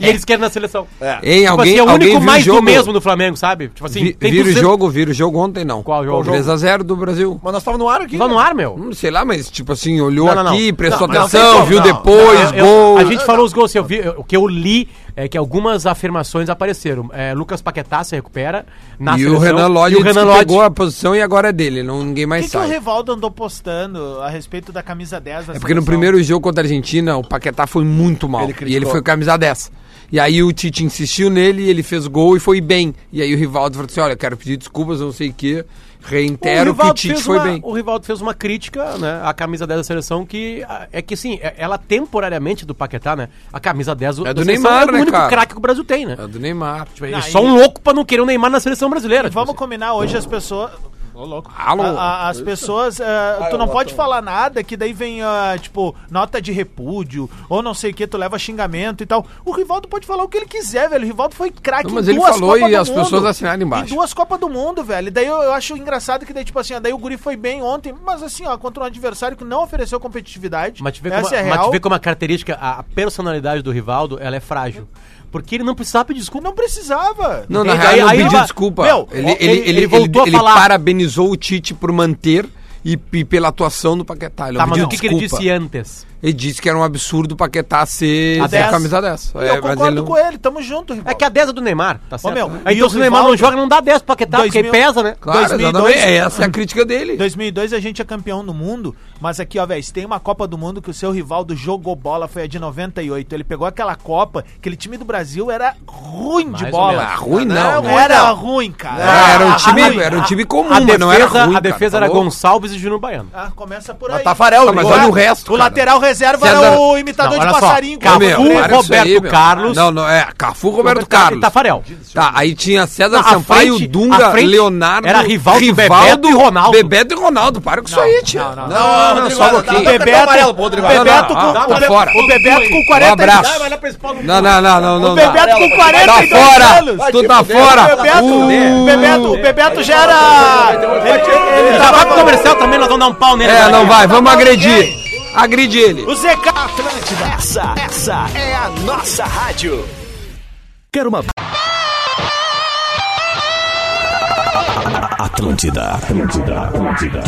S5: e eles querem na seleção.
S3: É.
S1: Hein,
S5: Tipo
S1: alguém,
S5: assim, é o
S1: alguém
S5: único
S1: viu
S5: mais
S1: o jogo?
S5: do mesmo do Flamengo, sabe? Tipo assim,
S1: Vi, vira o
S5: 200
S1: jogo, vira o jogo ontem não.
S5: Qual jogo?
S1: 3x0 do Brasil.
S3: Mas nós estávamos no ar aqui. né?
S5: Só no ar, meu.
S1: Hum, Sei lá, mas tipo assim, olhou
S5: Não, não, não.
S1: aqui, prestou
S3: Não, mas não
S1: atenção,
S3: tem como,
S1: viu
S3: não.
S1: depois,
S5: Eu-
S1: gol.
S5: a gente falou os gols, assim, eu vi, eu- o que eu li é que algumas afirmações apareceram. É, Lucas Paquetá se recupera na
S1: e
S5: seleção,
S1: o Renan Lodge
S5: e o
S1: disse
S5: Renan
S1: que
S5: Lodge
S1: pegou a posição e agora é dele, não, ninguém
S2: O
S1: mais
S2: que, que o
S1: sai.
S2: Revaldo andou postando a respeito da camisa 10 da
S1: É porque no
S2: seleção?
S1: primeiro jogo contra a Argentina, o Paquetá foi muito mal.
S3: Ele
S1: e ele
S3: criticou.
S1: foi camisa 10. E aí o Tite insistiu nele, ele fez gol e foi bem. E aí o Rivaldo falou assim: olha, quero pedir desculpas, não sei o quê. Reitero que o
S5: Rivaldo
S1: Tite
S5: fez
S1: foi
S5: uma-
S1: bem.
S5: O Rivaldo fez uma crítica, né, à camisa 10 da seleção, que ah, é que sim, é- ela temporariamente do Paquetá, né? A camisa 10
S1: É
S5: da
S1: do
S5: seleção
S1: Neymar,
S5: é o
S1: né,
S5: único
S1: cara?
S5: craque que o Brasil tem, né?
S1: É do Neymar.
S5: Tipo, ele
S2: Não,
S5: é só
S2: e-
S5: um louco pra não querer o Neymar na seleção brasileira.
S2: E
S5: tipo
S2: vamos
S5: assim.
S2: combinar hoje as pessoas. Ô, louco.
S1: Alô?
S2: A- a- as pessoas. ah, tu não pode falar nada que daí vem, ah, tipo, nota de repúdio ou não sei o que, tu leva xingamento e tal. O Rivaldo pode falar o que ele quiser, velho. O Rivaldo foi craque
S1: Não, mas ele falou e as pessoas assinaram embaixo.
S2: Em duas Copas do Mundo, velho. E Daí eu, eu acho engraçado que daí, tipo assim, ah, daí o Guri foi bem ontem, mas assim, ó, contra um adversário que não ofereceu competitividade.
S5: assim, Mas te vê como,
S2: Essa é
S5: mas
S2: real.
S5: te vê como a característica, a, a personalidade do Rivaldo, ela é frágil. Porque ele não precisava pedir desculpa.
S2: Não precisava.
S1: Não, na
S5: Ele-
S1: real,
S5: aí-
S1: ele não
S5: aí
S1: pediu
S5: ele-
S1: desculpa.
S5: Meu,
S1: ele,
S5: ó,
S1: ele, ele,
S5: ele- ele voltou a
S1: ele- ele
S5: falar.
S1: parabenizou o Tite por manter e, e pela atuação do Paquetá. Ele não
S5: Tá, mas
S1: pediu
S5: o que, que ele
S1: desculpa.
S5: disse antes?
S1: Ele disse que era um absurdo o Paquetá ser,
S5: A
S1: ser
S5: 10.
S1: camisa 10.
S2: E eu concordo com é, ele, tamo junto, Rivaldo.
S5: É que a 10 é do Neymar, tá certo?
S2: meu,
S5: Aí,
S2: e
S5: então
S2: o
S5: se o Neymar não
S2: Rivaldo-
S5: joga, não dá 10 pro Paquetá, porque
S2: 2000
S5: pesa, né?
S1: Claro,
S2: 2002.
S1: exatamente. É, Essa é a crítica dele.
S2: 2002 a gente é campeão do mundo, mas aqui, ó, velho, se tem uma Copa do Mundo que o seu Rivaldo jogou bola, foi a de 98. Ele pegou aquela Copa, aquele time do Brasil era ruim de
S5: Mais ou
S2: bola.
S1: Ah, ruim não.
S2: Não,
S1: né?
S2: era ruim, cara.
S1: Ah, era um time,
S2: ruim.
S1: era um time comum,
S5: A
S1: mas
S5: defesa,
S1: não era ruim,
S5: a defesa
S1: cara,
S5: era
S1: tá louco?
S5: Gonçalves e Júnior Baiano.
S2: Ah, começa por aí.
S3: Tafarel,
S1: Tá, mas
S3: ligou?
S1: olha o resto.
S2: o
S1: cara.
S2: lateral reserva
S1: César-
S2: era o imitador
S5: Não,
S2: de
S5: olha só,
S2: passarinho.
S1: Ô,
S5: Cafu,
S2: cara.
S1: meu, para isso
S5: Roberto
S1: meu.
S5: Carlos.
S1: Não, não, é. Cafu, Roberto Carlos.
S5: E Tafarel.
S1: Tá, aí tinha César
S5: Não, à
S1: Sampaio,
S5: frente-
S1: Dunga,
S5: à frente
S1: Leonardo,
S5: era Rivaldo, Bebeto e Ronaldo.
S1: Bebeto e Ronaldo, para com isso aí, tio.
S2: não, não,
S3: Não, não, só um
S2: O
S3: pouquinho.
S1: tá
S2: Bebeto,
S3: Amarelo,
S2: o
S3: podre, vai.
S2: Bebeto,
S1: Não, não,
S2: com-
S1: ah,
S2: o
S1: tá
S2: Be-
S1: fora.
S2: o Bebeto com
S1: Um
S2: 40
S1: abraço. Não, não, não, não, não.
S2: O Bebeto com 42
S1: tá fora.
S2: anos. Vai
S1: Tu tá
S2: O
S1: fora.
S2: Bebeto,
S1: Uh.
S2: o Bebeto, o Bebeto já era. Ele, ele
S5: Tá, vai pro
S2: tava
S5: comercial também, nós vamos dar um pau nele.
S1: É,
S5: né?
S1: não vai, vamos agredir. Agride ele.
S2: O ZK.
S4: Essa, essa é a nossa rádio. Quer uma. Atlântida, Atlântida, Atlântida.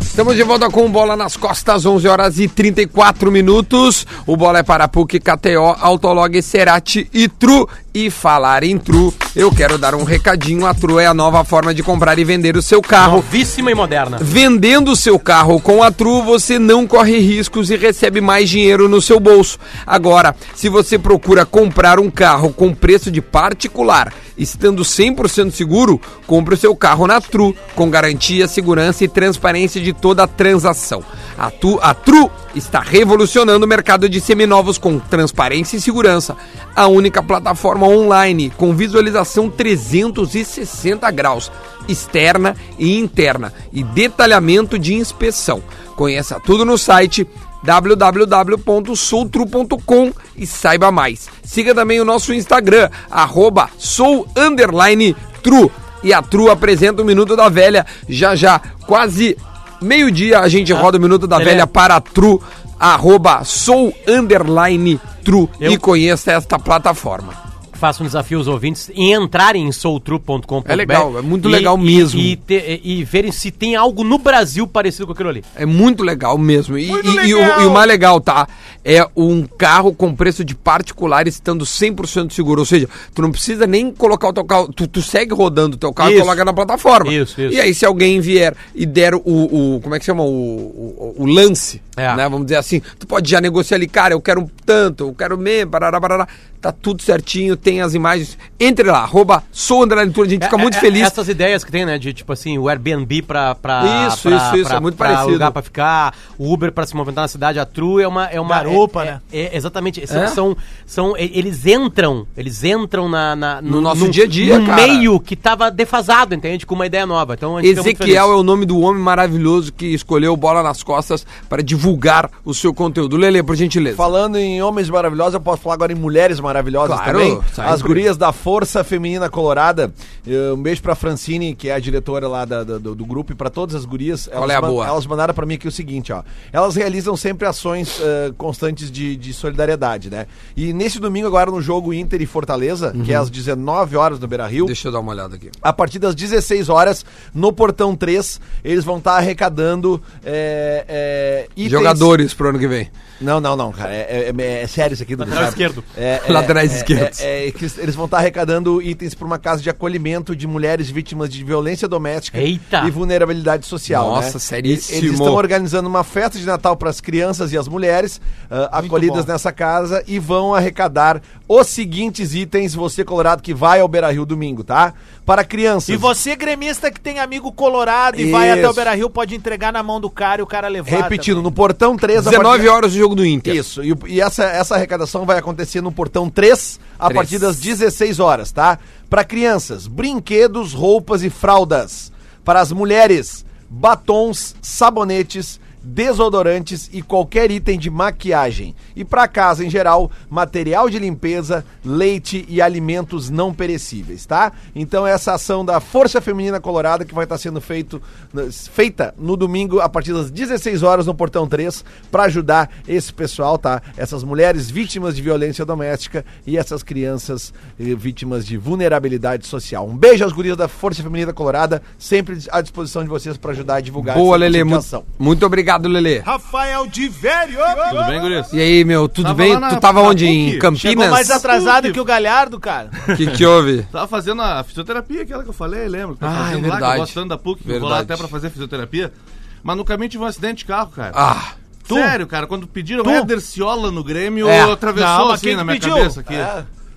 S1: Estamos de volta com o Bola nas Costas, 11 horas e 34 minutos. O Bola é para PUC, KTO, Autolog, Serati e Tru. E falar em Tru, eu quero dar um recadinho. A Tru é a nova forma de comprar e vender o seu carro.
S5: Novíssima e moderna.
S1: Vendendo o seu carro com a Tru, você não corre riscos e recebe mais dinheiro no seu bolso. Agora, se você procura comprar um carro com preço de particular, estando 100% seguro, compre o seu carro na Tru, com garantia, segurança e transparência de toda a transação. A, tu, a Tru está revolucionando o mercado de seminovos com transparência e segurança. A única plataforma online com visualização 360 graus, externa e interna, e detalhamento de inspeção. Conheça tudo no site www.soutru.com e saiba mais. Siga também o nosso Instagram, arroba sou underline tru. E a Tru apresenta o Minuto da Velha já já, quase meio-dia a gente roda o Minuto da
S5: Lelé.
S1: Velha para a Tru, arroba sou underline tru
S5: Eu-
S1: e conheça esta plataforma.
S5: Faço um desafio aos ouvintes em entrarem em soultru.com.br.
S1: É legal, é muito
S5: e-
S1: legal
S5: e-
S1: mesmo.
S5: E, te- e verem se tem algo no Brasil parecido com aquilo ali.
S1: É muito legal mesmo. E,
S2: Muito
S1: e- e o-
S2: legal.
S1: e o mais legal, tá? É um carro com preço de particular estando 100% seguro. Ou seja, tu não precisa nem colocar o teu carro. Tu, tu segue rodando o teu carro e
S5: Isso.
S1: coloca na plataforma.
S5: Isso, isso.
S1: E aí, se alguém vier e der o. o- como é que chama? O, o- o lance,
S5: É.
S1: né? Vamos dizer assim. Tu pode já negociar ali, cara, eu quero um tanto, eu quero mesmo, parará, parará. Tá tudo certinho, tem as imagens. Entre lá, arroba sou André Ventura, a gente fica
S5: É,
S1: muito
S5: é,
S1: feliz.
S5: Essas ideias que tem, né? De tipo assim, o Airbnb pra. pra
S1: Isso,
S5: pra-
S1: isso, isso,
S5: pra-
S1: é muito
S5: pra
S1: parecido.
S5: lugar pra ficar, o Uber pra se movimentar na cidade, a Tru é uma. É uma
S2: Garupa,
S5: é-
S2: né?
S5: é- é- exatamente. São, são, são- e- Eles entram. Eles entram na, na-
S1: No nosso dia a dia,
S5: No
S1: cara.
S5: meio que tava defasado, entende? Com uma ideia nova. Então a gente fica muito
S1: Ezequiel é
S5: feliz.
S1: o nome do homem maravilhoso que escolheu Bola nas Costas para divulgar o seu conteúdo. Lele, por gentileza.
S3: Falando em homens maravilhosos, eu posso falar agora em mulheres maravilhosas
S1: Claro,
S3: também.
S1: sempre.
S3: As gurias da Força Feminina Colorada. Eh, Um beijo pra Francine, que é a diretora lá da- da- do, do grupo, e pra todas as gurias. Elas,
S1: é a
S3: ma-
S1: boa?
S3: elas mandaram pra mim aqui o seguinte, ó. Elas realizam sempre ações eh, constantes de, de solidariedade, né? E nesse domingo, agora no jogo Inter e Fortaleza, que é às 19 horas no Beira Rio.
S1: Uhum. Deixa eu dar uma olhada aqui.
S3: A partir das 16 horas, no portão 3, eles vão estar arrecadando eh, eh, itens-
S1: Jogadores pro ano que vem.
S3: Não, não, não, cara. É, é- é- é sério isso aqui do
S5: Lateral
S3: sabe?
S5: esquerdo.
S3: É, é,
S1: Laterais
S3: é,
S1: esquerdos.
S3: é, é que eles vão estar arrecadando itens para uma casa de acolhimento de mulheres vítimas de violência doméstica
S5: Eita.
S3: e vulnerabilidade social.
S1: Nossa,
S3: né?
S1: seríssimo.
S3: Eles estão organizando uma festa de Natal para as crianças e as mulheres ah, acolhidas
S2: bom.
S3: nessa casa e vão arrecadar os seguintes itens, você colorado que vai ao Beira Rio domingo, tá? Para crianças.
S2: E você, gremista, que tem amigo colorado e vai até o
S3: Isso.
S2: Beira Rio, pode entregar na mão do cara e o cara levar.
S3: Repetindo, no portão 3 a partir-
S1: 19 horas o jogo do Inter.
S3: Isso, e, o- e essa, essa arrecadação vai acontecer no portão 3, a
S1: Três.
S3: partir das 16 horas, tá? Para crianças, brinquedos, roupas e fraldas. Para as mulheres, batons, sabonetes, desodorantes e qualquer item de maquiagem. E para casa em geral, material de limpeza, leite e alimentos não perecíveis, tá? Então essa ação da Força Feminina Colorada que vai estar sendo feito, feita no domingo a partir das 16 horas no Portão 3 para ajudar esse pessoal, tá? Essas mulheres vítimas de violência doméstica e essas crianças eh, vítimas de vulnerabilidade social. Um beijo às gurias da Força Feminina Colorada, sempre à disposição de vocês para ajudar a divulgar
S1: Boa,
S3: esse tipo
S1: Lelê.
S3: de
S1: mu-
S3: ação.
S1: muito obrigado, Lelê.
S2: Rafael de Velho!
S5: Tudo bem, gurias?
S1: E aí, meu, tudo
S7: Tava
S1: bem?
S7: lá na-
S1: tu tava
S7: na
S1: onde? Em
S7: PUC?
S1: Campinas?
S2: Chegou mais atrasado
S7: Tudo.
S2: que o Galhardo, cara.
S1: O que que houve?
S7: Tava fazendo a fisioterapia, aquela que eu falei, lembra? Que Tava
S1: Ah, é
S7: fazendo lá, que
S1: verdade.
S7: eu gosto tanto da PUC, que eu vou lá
S1: Verdade.
S7: até pra fazer fisioterapia. Mas no caminho tive um acidente de carro, cara.
S1: Ah,
S7: Sério, cara, quando pediram o Éder Ciola no Grêmio,
S1: É.
S7: atravessou
S2: Não, mas
S7: assim
S2: quem
S7: na
S2: que
S7: minha
S2: pediu?
S7: cabeça aqui.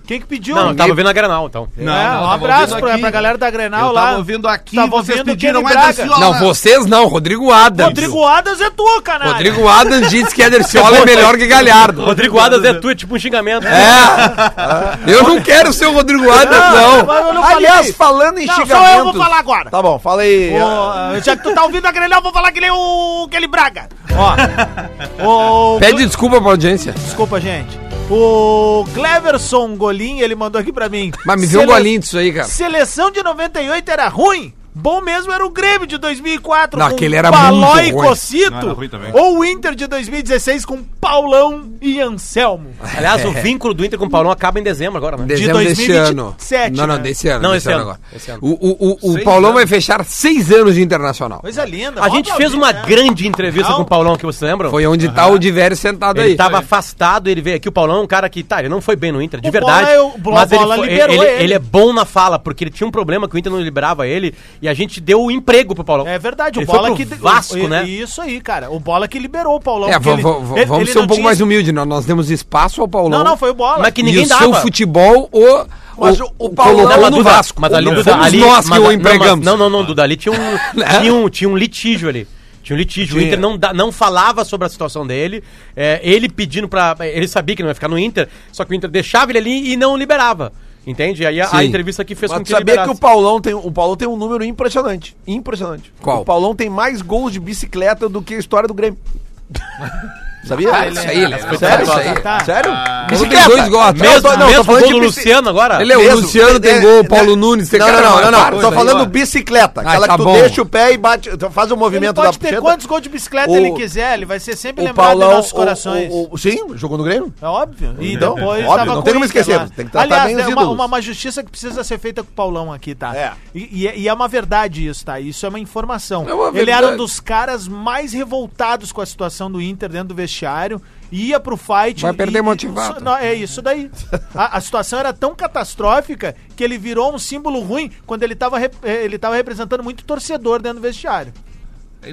S2: Quem que pediu?
S5: Não,
S2: Ninguém-
S5: tava vendo a Granal, então.
S7: Não,
S2: É,
S7: não,
S2: um
S7: tava
S2: abraço
S7: ouvindo
S2: pra,
S7: aqui.
S2: pra galera da Grenal
S7: Eu
S2: lá.
S7: tava ouvindo aqui,
S2: Tava
S7: vocês
S2: ouvindo
S7: pediram
S2: Kenny
S7: Éder
S2: Braga.
S7: Ciola.
S1: não, vocês não, Rodrigo Adams.
S2: Rodrigo Adas é tu, canalha.
S1: Rodrigo Adams disse que Ederciola é melhor que Galhardo.
S5: Rodrigo Adas é tu, é tipo um xingamento.
S1: É! Eu não quero ser o Rodrigo Adams, não.
S2: mas eu não
S3: Aliás,
S2: falei.
S3: falando em
S2: Não,
S3: xingamento...
S2: só eu vou falar agora.
S3: Tá bom, fala aí.
S2: Ô, já que tu tá ouvindo a Grenal, eu vou falar que nem o Kelly Braga. Ó. Ô,
S1: Pede desculpa pra audiência.
S2: Desculpa, gente. O Cleverson Golim, ele mandou aqui pra mim.
S1: Mas me vê um
S2: Sele-
S1: golinho disso aí, cara.
S2: Seleção de 98 era ruim. Bom mesmo era o Grêmio de 2004
S1: Não,
S2: com
S1: aquele era
S2: Paló
S1: muito
S2: e
S1: ruim.
S7: Não, era
S2: Cocito.
S7: ruim também.
S2: Ou o Inter de 2016 com Paulão e Anselmo.
S5: Aliás,
S2: É.
S5: o vínculo do Inter com o Paulão acaba em dezembro agora, né?
S1: Dezembro deste ano.
S2: 2027,
S1: Não, não,
S2: né?
S1: desse ano.
S5: Não,
S1: desse
S5: esse
S1: ano
S5: ano,
S1: agora.
S5: esse ano.
S1: O, o, o, o Paulão vai fechar seis anos de internacional.
S2: Coisa linda. né?
S5: A gente fez uma grande entrevista com o Paulão, que vocês lembram?
S1: Foi onde tá o Diverio sentado
S5: Ele tá
S1: aí.
S5: tava afastado, ele veio aqui, o Paulão é um cara que, tá, ele não foi bem no Inter, de
S2: O
S5: verdade.
S2: Bola é o-
S5: mas
S2: a
S5: ele,
S2: bola
S5: foi-
S2: liberou
S5: ele-
S2: ele.
S5: ele é bom na fala, porque ele tinha um problema que o Inter não liberava ele, e a gente deu o emprego pro Paulão.
S2: É verdade, o
S5: Ele foi
S2: Bola
S5: pro
S2: que.
S5: Vasco,
S2: o-
S5: né?
S2: Isso aí, cara. O Bola que liberou o Paulão.
S1: É, vamos,
S2: porque ele-
S1: vamos-
S2: ele-
S1: vamos
S2: ele
S1: ser um
S2: não
S1: pouco
S2: tinha-
S1: mais humilde. Nós, nós demos espaço ao Paulão.
S2: Não, não, foi o Bola.
S5: Mas que
S1: E
S5: ninguém
S1: o
S5: dava.
S1: seu futebol, o,
S3: Mas
S1: o,
S3: o- o Paulão-
S1: colocou
S5: Não, mas
S1: no
S5: Duda-
S1: Vasco.
S5: Mas ali,
S1: não
S5: Duda,
S1: fomos
S5: ali-
S1: nós que
S5: mas-
S1: o
S5: não,
S1: empregamos.
S5: mas- Não, não, não, Duda, ali tinha um,
S1: Né?
S5: tinha um, tinha um litígio ali. Tinha um litígio. O
S1: Tinha.
S5: Inter não, da- não falava sobre a situação dele. é, ele pedindo pra. Ele sabia que não ia ficar no Inter, só que o Inter deixava ele ali e não liberava. Entende? Aí a, a
S1: Sim.
S5: entrevista aqui fez
S3: Mas
S5: com
S3: tu
S5: que ele
S3: sabia que o
S2: assim.
S5: liberasse.
S3: Paulão tem o Paulão tem um número impressionante, impressionante.
S1: Qual?
S3: O Paulão tem mais gols de bicicleta do que a história do Grêmio. Sabia?
S1: Ah, isso aí, Lelê.
S3: Sério?
S1: Isso aí.
S2: Tá.
S3: Sério? é?
S1: Tem dois gols atrás.
S5: Mesmo,
S3: Não, não, tô
S5: mesmo
S3: falando
S5: gol
S3: de
S5: do
S3: bici-
S5: Luciano agora?
S1: Ele é o
S3: Mesmo.
S1: Luciano tem gol, o Paulo Nunes tem
S3: é- Não, não,
S1: cara,
S3: não, não,
S1: mas
S3: não.
S1: para
S3: Tô
S1: isso aí,
S3: falando
S1: ó.
S3: bicicleta, aquela
S1: tá
S3: que tu
S1: bom.
S3: deixa o pé e bate, tu faz o
S2: Ele
S3: movimento da
S2: pode ter
S3: puxeta.
S2: quantos gols de bicicleta
S3: O-
S2: ele quiser, ele vai ser sempre
S3: O
S2: lembrado
S3: Paulão,
S2: em nossos corações.
S3: O, o, o, sim, jogou no Grêmio.
S2: É óbvio. E
S3: Então,
S2: depois
S3: óbvio,
S2: tava
S3: não
S2: com
S3: tem como
S2: o Inter
S3: esquecer,
S2: lá.
S3: tem que tratar
S2: Aliás,
S3: bem os
S2: é uma,
S3: ídolos.
S2: uma, uma justiça que precisa ser feita com o Paulão aqui, tá?
S3: É.
S2: E, e é- e é uma verdade isso, tá? Isso é uma informação.
S1: É uma
S2: Ele
S1: verdade.
S2: era um dos caras mais revoltados com a situação do Inter dentro do vestiário. Ia pro fight.
S1: Vai perder
S2: e- e-
S1: motivado.
S2: isso- não, é isso daí. A, a situação era tão catastrófica que ele virou um símbolo ruim quando ele tava, rep- eh, ele tava representando muito torcedor dentro do vestiário.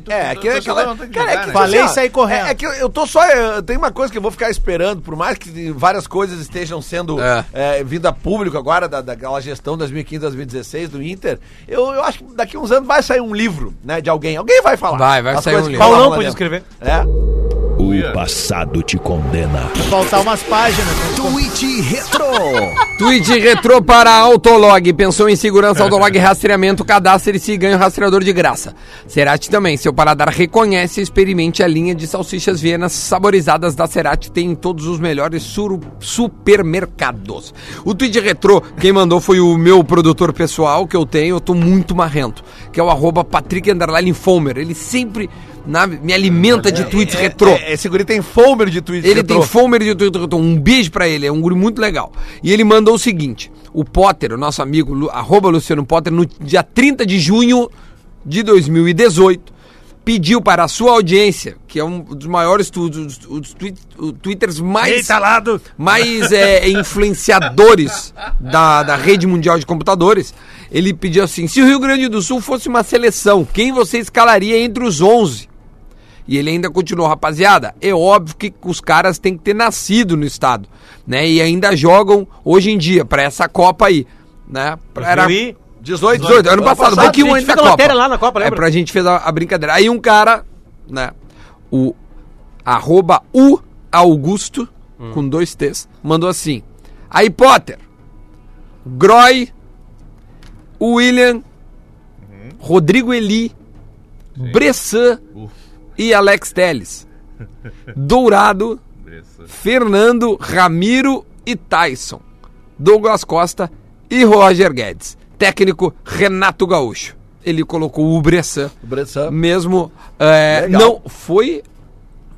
S3: É, que é aquela. Cara,
S1: né?
S7: né?"
S3: é que,
S2: Falei
S3: assim, ó,
S2: e saí correndo.
S3: É, é que eu- eu tô só. eu- Tem uma coisa que eu vou ficar esperando, por mais que várias coisas estejam sendo
S1: É.
S3: é, vindo a público agora, da, daquela gestão 2015, 2016 do Inter. Eu, eu acho que daqui uns anos vai sair um livro, né, de alguém. Alguém vai falar.
S1: Vai, vai
S3: As
S1: sair um
S3: coisas que
S1: livro.
S3: rolavam
S5: Paulão
S3: lá
S5: pode
S3: dentro.
S5: escrever.
S3: É.
S8: O passado te condena.
S2: Faltar umas páginas. né?
S4: Tweet Retro.
S1: Tweet retrô para Autolog. Pensou em segurança, Autolog rastreamento, cadastre-se e ganha o rastreador de graça. Cerati também. Seu paladar reconhece e experimente a linha de salsichas vienas saborizadas da Cerati. Tem em todos os melhores suru- supermercados. O tweet retrô, quem mandou foi o meu produtor pessoal que eu tenho. Eu tô muito marrento. Que é o arroba Patrick Underline Fomer. Ele sempre na- me alimenta de tweets retrô.
S3: É, esse guri tem fomer de tweet
S1: Ele
S3: retrô.
S1: tem fomer de Twitter. eu dou Um beijo pra ele, é um guri muito legal. E ele mandou o seguinte: o Potter, o nosso amigo, Lu- arroba Luciano Potter, no dia 30 de junho de 2018, pediu para a sua audiência, que é um dos maiores tu- dos dos twi- o twitters mais
S2: Instalado.
S1: mais é, influenciadores da, da rede mundial de computadores, ele pediu assim: se o Rio Grande do Sul fosse uma seleção, quem você escalaria entre os 11? E ele ainda continuou, rapaziada, é óbvio que os caras têm que ter nascido no estado, né? E ainda jogam hoje em dia pra essa Copa aí, né? Pra- Era
S3: 18,
S1: 18, ano passado, um
S5: passado, a
S1: pouquinho
S5: gente
S1: antes da
S5: fez a
S1: Copa.
S5: matéria lá na Copa,
S1: é
S5: lembra?
S1: pra gente fez a, a brincadeira. Aí um cara, né? O arroba U Augusto,
S5: Hum.
S1: com dois T's, mandou assim. Aí Potter, Groy, William, Rodrigo Eli, Bressan e Alex Teles. Dourado, É Fernando, Ramiro e Tyson. Douglas Costa e Roger Guedes. Técnico Renato Gaúcho. Ele colocou o Bressan.
S3: Bressan.
S1: Mesmo. é,
S3: Legal.
S1: não, foi.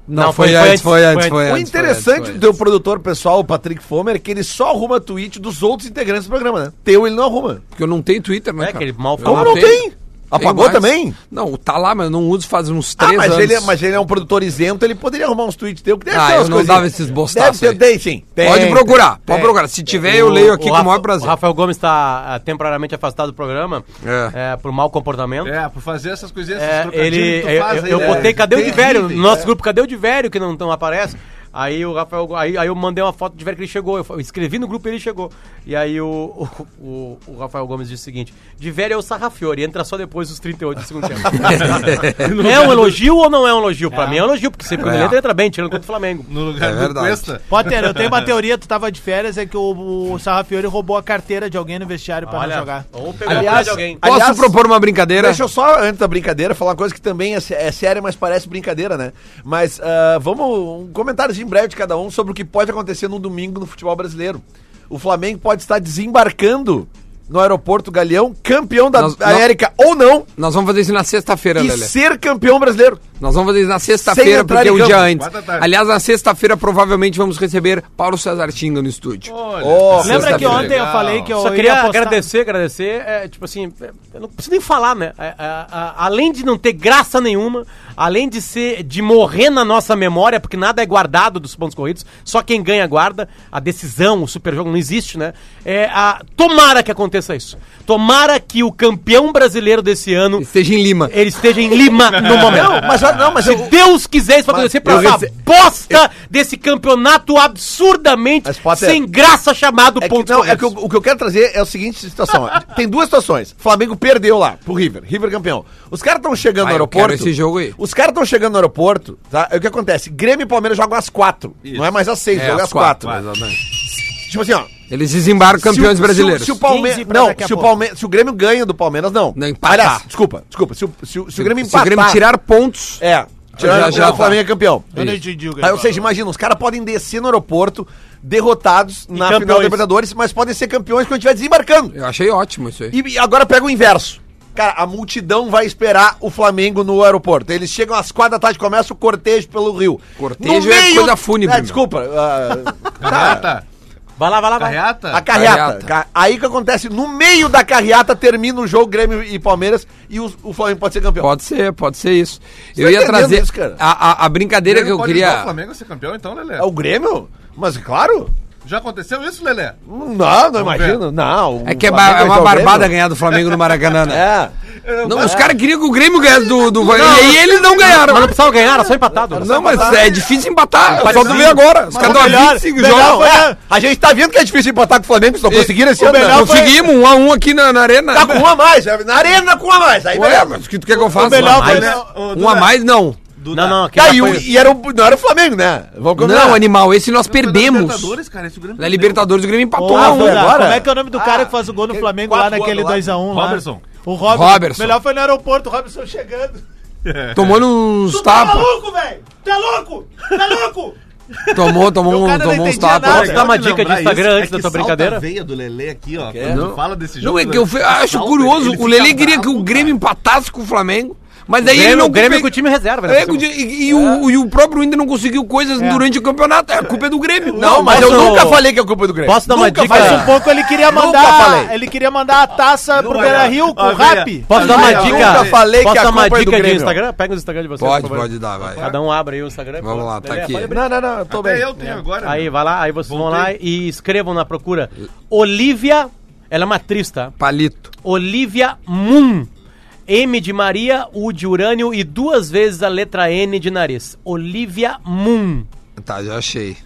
S1: Não, foi, antes, foi antes, foi antes.
S3: O
S1: foi
S3: interessante
S1: antes.
S3: do teu produtor pessoal, o Patrick Fomer, é que ele só arruma tweet dos outros integrantes do programa, né? Teu ele não arruma.
S1: Porque eu não tenho Twitter, né?
S5: É,
S1: cara?
S5: que ele mal
S1: Eu
S5: fala.
S3: Como não tem? Apagou
S1: mais.
S3: também?
S1: Não, tá lá, mas eu não uso faz uns
S3: Ah,
S1: três
S3: mas
S1: anos.
S3: ele, é- mas ele é um produtor isento, ele poderia arrumar uns tweets teus que deve
S1: Ah,
S3: ter
S1: eu
S3: umas
S1: não
S3: coisinhas.
S1: dava esses bostaços
S3: Deve ter, tem sim. Tem,
S1: pode
S3: tem.
S1: procurar,
S3: Tem.
S1: pode procurar. Se tiver, eu leio aqui com o maior prazer.
S5: O Rafael Gomes está ah, temporariamente afastado do programa
S1: É.
S5: é, por mau comportamento.
S7: É, por fazer essas coisinhas,
S5: É, ele,
S7: que tu
S5: eu,
S7: faz
S5: eu- eu
S7: aí, né?
S5: botei cadê o de
S7: Terríveis,
S5: velho? No nosso
S7: é.
S5: grupo, cadê o de velho que não, não aparece? Aí o Rafael, Go- aí, aí eu mandei uma foto de velho que ele chegou. Eu, fa- eu escrevi no grupo e ele chegou. E aí o, o, o- o Rafael Gomes disse o seguinte: de velho é o Sarrafiore, entra só depois dos 38 do segundo tempo. é um elogio ou não é um elogio? Pra mim é um elogio, porque sempre quando
S1: É.
S5: ele entra, entra bem, tirando contra o Flamengo.
S7: No lugar
S1: É
S7: do
S1: verdade.
S7: Cuesta.
S2: Potter, eu tenho uma teoria, tu tava de férias, é que o, o Sarrafiori roubou a carteira de alguém no vestiário pra não jogar.
S5: ou pegou a mulher
S3: Aliás,
S5: de alguém.
S1: Posso
S3: aliás,
S1: propor uma brincadeira?
S3: Deixa eu só, antes da brincadeira, falar uma coisa que também é, sé- é séria, mas parece brincadeira, né? Mas ah, vamos, um comentário em breve de cada um sobre o que pode acontecer no domingo no futebol brasileiro. O Flamengo pode estar desembarcando no aeroporto Galeão, campeão da
S1: Nós- nós-
S3: América ou não,
S1: Nós vamos fazer isso na sexta-feira,
S3: e
S1: Lelê.
S3: ser campeão brasileiro.
S1: Nós vamos fazer isso na
S3: Sem
S1: sexta-feira,
S3: entrar
S1: porque é
S3: em
S1: o dia
S3: campo.
S1: antes.
S7: Quarta tarde.
S1: Aliás, na sexta-feira, provavelmente, vamos receber Paulo César Tinga no estúdio.
S3: Ó,
S2: Lembra que
S1: sexta-feira.
S2: ontem eu falei que eu
S5: Só
S2: ia
S5: queria
S2: apostar-
S5: agradecer, agradecer. é, tipo assim, é, eu não preciso nem falar, né? É, é, a- além de não ter graça nenhuma, além de ser de morrer na nossa memória, porque nada é guardado dos pontos corridos, só quem ganha guarda. A decisão, o super jogo não existe, né? É, a, tomara que aconteça isso. Tomara que o campeão brasileiro desse ano
S1: Esteja em Lima.
S5: ele esteja em Lima no momento.
S3: Não, mas, não, mas
S5: Se
S3: eu,
S5: Deus quiser, isso vai acontecer pra
S3: eu
S5: essa
S3: rece-
S5: bosta desse campeonato absurdamente
S3: Mas, Potter,
S5: sem graça chamado
S3: É que-
S5: pontos
S3: não, é
S5: corridos.
S3: que o, o que eu quero trazer é a seguinte situação. ó. Tem duas situações. Flamengo perdeu lá pro River. River campeão. Os caras estão chegando
S1: Ah,
S3: no
S1: eu
S3: aeroporto.
S1: quero esse jogo aí.
S3: Os caras estão chegando no aeroporto, tá? Aí o que acontece? Grêmio e Palmeiras jogam às quatro. Não é mais às seis,
S1: É,
S3: jogam
S1: às
S3: às quatro.
S1: quatro,
S3: Tipo assim, ó.
S1: Eles desembarcam campeões
S3: se o-
S1: brasileiros.
S3: Se o, se o Palme-
S2: 15 pra
S3: Não,
S2: daqui a
S3: se o,
S2: pouco.
S3: Palme- se o Grêmio ganha do Palmeiras, não.
S1: Não, empatar.
S3: desculpa, desculpa. Se o, se o- se o Grêmio
S1: Se o
S3: empatar.
S1: Grêmeo tirar pontos.
S3: É. Tirar,
S1: Já, já,
S3: o Flamengo é campeão.
S2: Eu não entendi o que
S3: Aí,
S2: ele
S3: ou seja,
S2: falou.
S3: imagina, os caras podem descer no aeroporto derrotados na final
S5: campeões.
S3: da Libertadores, mas podem ser campeões quando estiver desembarcando.
S1: Eu achei ótimo isso aí.
S3: E e agora pega o inverso. Cara, a multidão vai esperar o Flamengo no aeroporto. Eles chegam às quatro da tarde, começa o cortejo pelo Rio.
S1: Cortejo é coisa fúnebre,
S3: É,
S1: meu.
S3: desculpa. ah,
S7: Carreata?
S5: Vai lá, vai lá, vai.
S7: Carreata?
S3: a carreata.
S1: Carreata.
S3: Ca- Aí que acontece, no meio da carreata termina o jogo Grêmio e Palmeiras e o, o Flamengo pode ser campeão.
S1: Pode ser, pode ser isso. eu
S3: tá
S1: ia
S3: entendendo
S1: trazer.
S3: isso, cara?
S1: a, a- a brincadeira que eu
S7: Pode ajudar O
S1: queria.
S7: Flamengo a ser campeão, então, Lelé?
S3: É o Grêmio? Mas claro.
S7: Já aconteceu isso, Lelé?
S3: Um Não, não
S7: ver.
S3: imagino. Não.
S1: É que é,
S3: o
S1: ba-
S3: Flamengo
S1: é uma
S3: vai ser o
S1: barbada
S3: Grêmio.
S1: ganhar do Flamengo no Maracanã, né?
S3: É.
S1: Não, os caras queriam que o Grêmio ganhasse do. do... e aí eles não ganharam.
S5: Mas não precisava ganhar,
S3: é
S5: era só empatado.
S1: Não, mas é difícil empatar. Só tu vê agora. Os caras estão há 25
S3: Melhor
S1: jogos. né?
S3: foi a- A gente tá vendo que é difícil empatar com o Flamengo, só conseguiram esse
S1: O
S3: ano. né?
S1: melhor Conseguimos, um a um aqui na, na arena.
S3: Tá com uma a mais, na arena com uma a mais. Aí
S1: Ué,
S3: beleza.
S1: mas o que tu quer que eu faça?
S2: melhor
S1: um a mais,
S2: foi, né,
S1: um a mais não.
S5: Duda. Não, não, aquele
S3: Tá, e, o-
S5: apoio-
S3: e era o, não era o Flamengo, né? Vamos combinar.
S1: Não, animal, esse nós perdemos.
S7: Libertadores, cara, esse Grêmio
S1: Na Libertadores o Grêmio
S2: Ô,
S1: empatou.
S3: Ah,
S1: um.
S3: foi
S2: Duda,
S3: agora?
S2: Como é que é o nome do cara que faz o gol no Flamengo lá
S7: quatro
S2: naquele
S7: anos lá.
S2: 2x1 lá?
S7: Roberson.
S2: né? O Roberson.
S1: Roberson.
S2: Melhor foi no aeroporto, o Roberson chegando.
S1: Tomou uns
S2: Tu tá
S1: tapas.
S2: maluco, velho? Tá louco? Tá louco?
S1: Tomou, tomou,
S2: O
S1: um,
S2: cara não
S1: tomou uns
S2: entendia
S1: tapas.
S2: nada.
S5: Posso dar uma dica de Instagram antes da tua brincadeira?
S7: A veia do Lelê aqui, ó.
S1: Não.
S7: Quando fala desse
S1: Não,
S7: jogo.
S1: é que eu fe-
S7: salta,
S1: acho curioso.
S7: ele
S1: O Lelê
S7: fica
S1: queria que o
S7: bravo,
S1: Grêmio empatasse com o Flamengo. Mas daí ele
S5: Grêmio,
S1: não
S5: o Grêmio
S1: compe-
S5: com o time reserva, né?
S1: É, com o di- e, e o, e o próprio Inter não conseguiu coisas durante o campeonato. É, A culpa é do Grêmio.
S3: Não, mas eu
S5: Posso-
S3: nunca falei que é culpa do Grêmio.
S5: Posso dar uma dica?
S2: Mas um pouco ele queria
S3: Nunca
S2: mandar.
S3: falei.
S2: Ele queria mandar a taça pro
S7: Não,
S2: Beira
S7: olha,
S2: Rio com o
S7: olha,
S2: rap.
S5: Posso dar uma
S3: Eu
S5: dica?
S3: nunca falei
S5: Posso
S3: que a
S5: dar uma
S3: culpa é do
S5: dica de
S3: Grêmio.
S5: Instagram? Pega o Instagram de vocês,
S1: Pode,
S5: por favor.
S1: pode dar, vai.
S5: Cada um abre aí o Instagram.
S1: Vamos lá, tá
S5: Lelê,
S1: aqui.
S5: pode abrir.
S3: Não, não, não, eu tô
S7: Até
S3: bem.
S7: eu tenho agora.
S5: Aí,
S7: né?
S5: vai lá, aí vocês vão lá e escrevam na procura. Olivia, ela é uma atriz, tá?
S1: Palito.
S5: Olivia Moon. M de Maria, U de Urânio e duas vezes a letra N de nariz. Olivia Moon.
S1: Tá, já achei.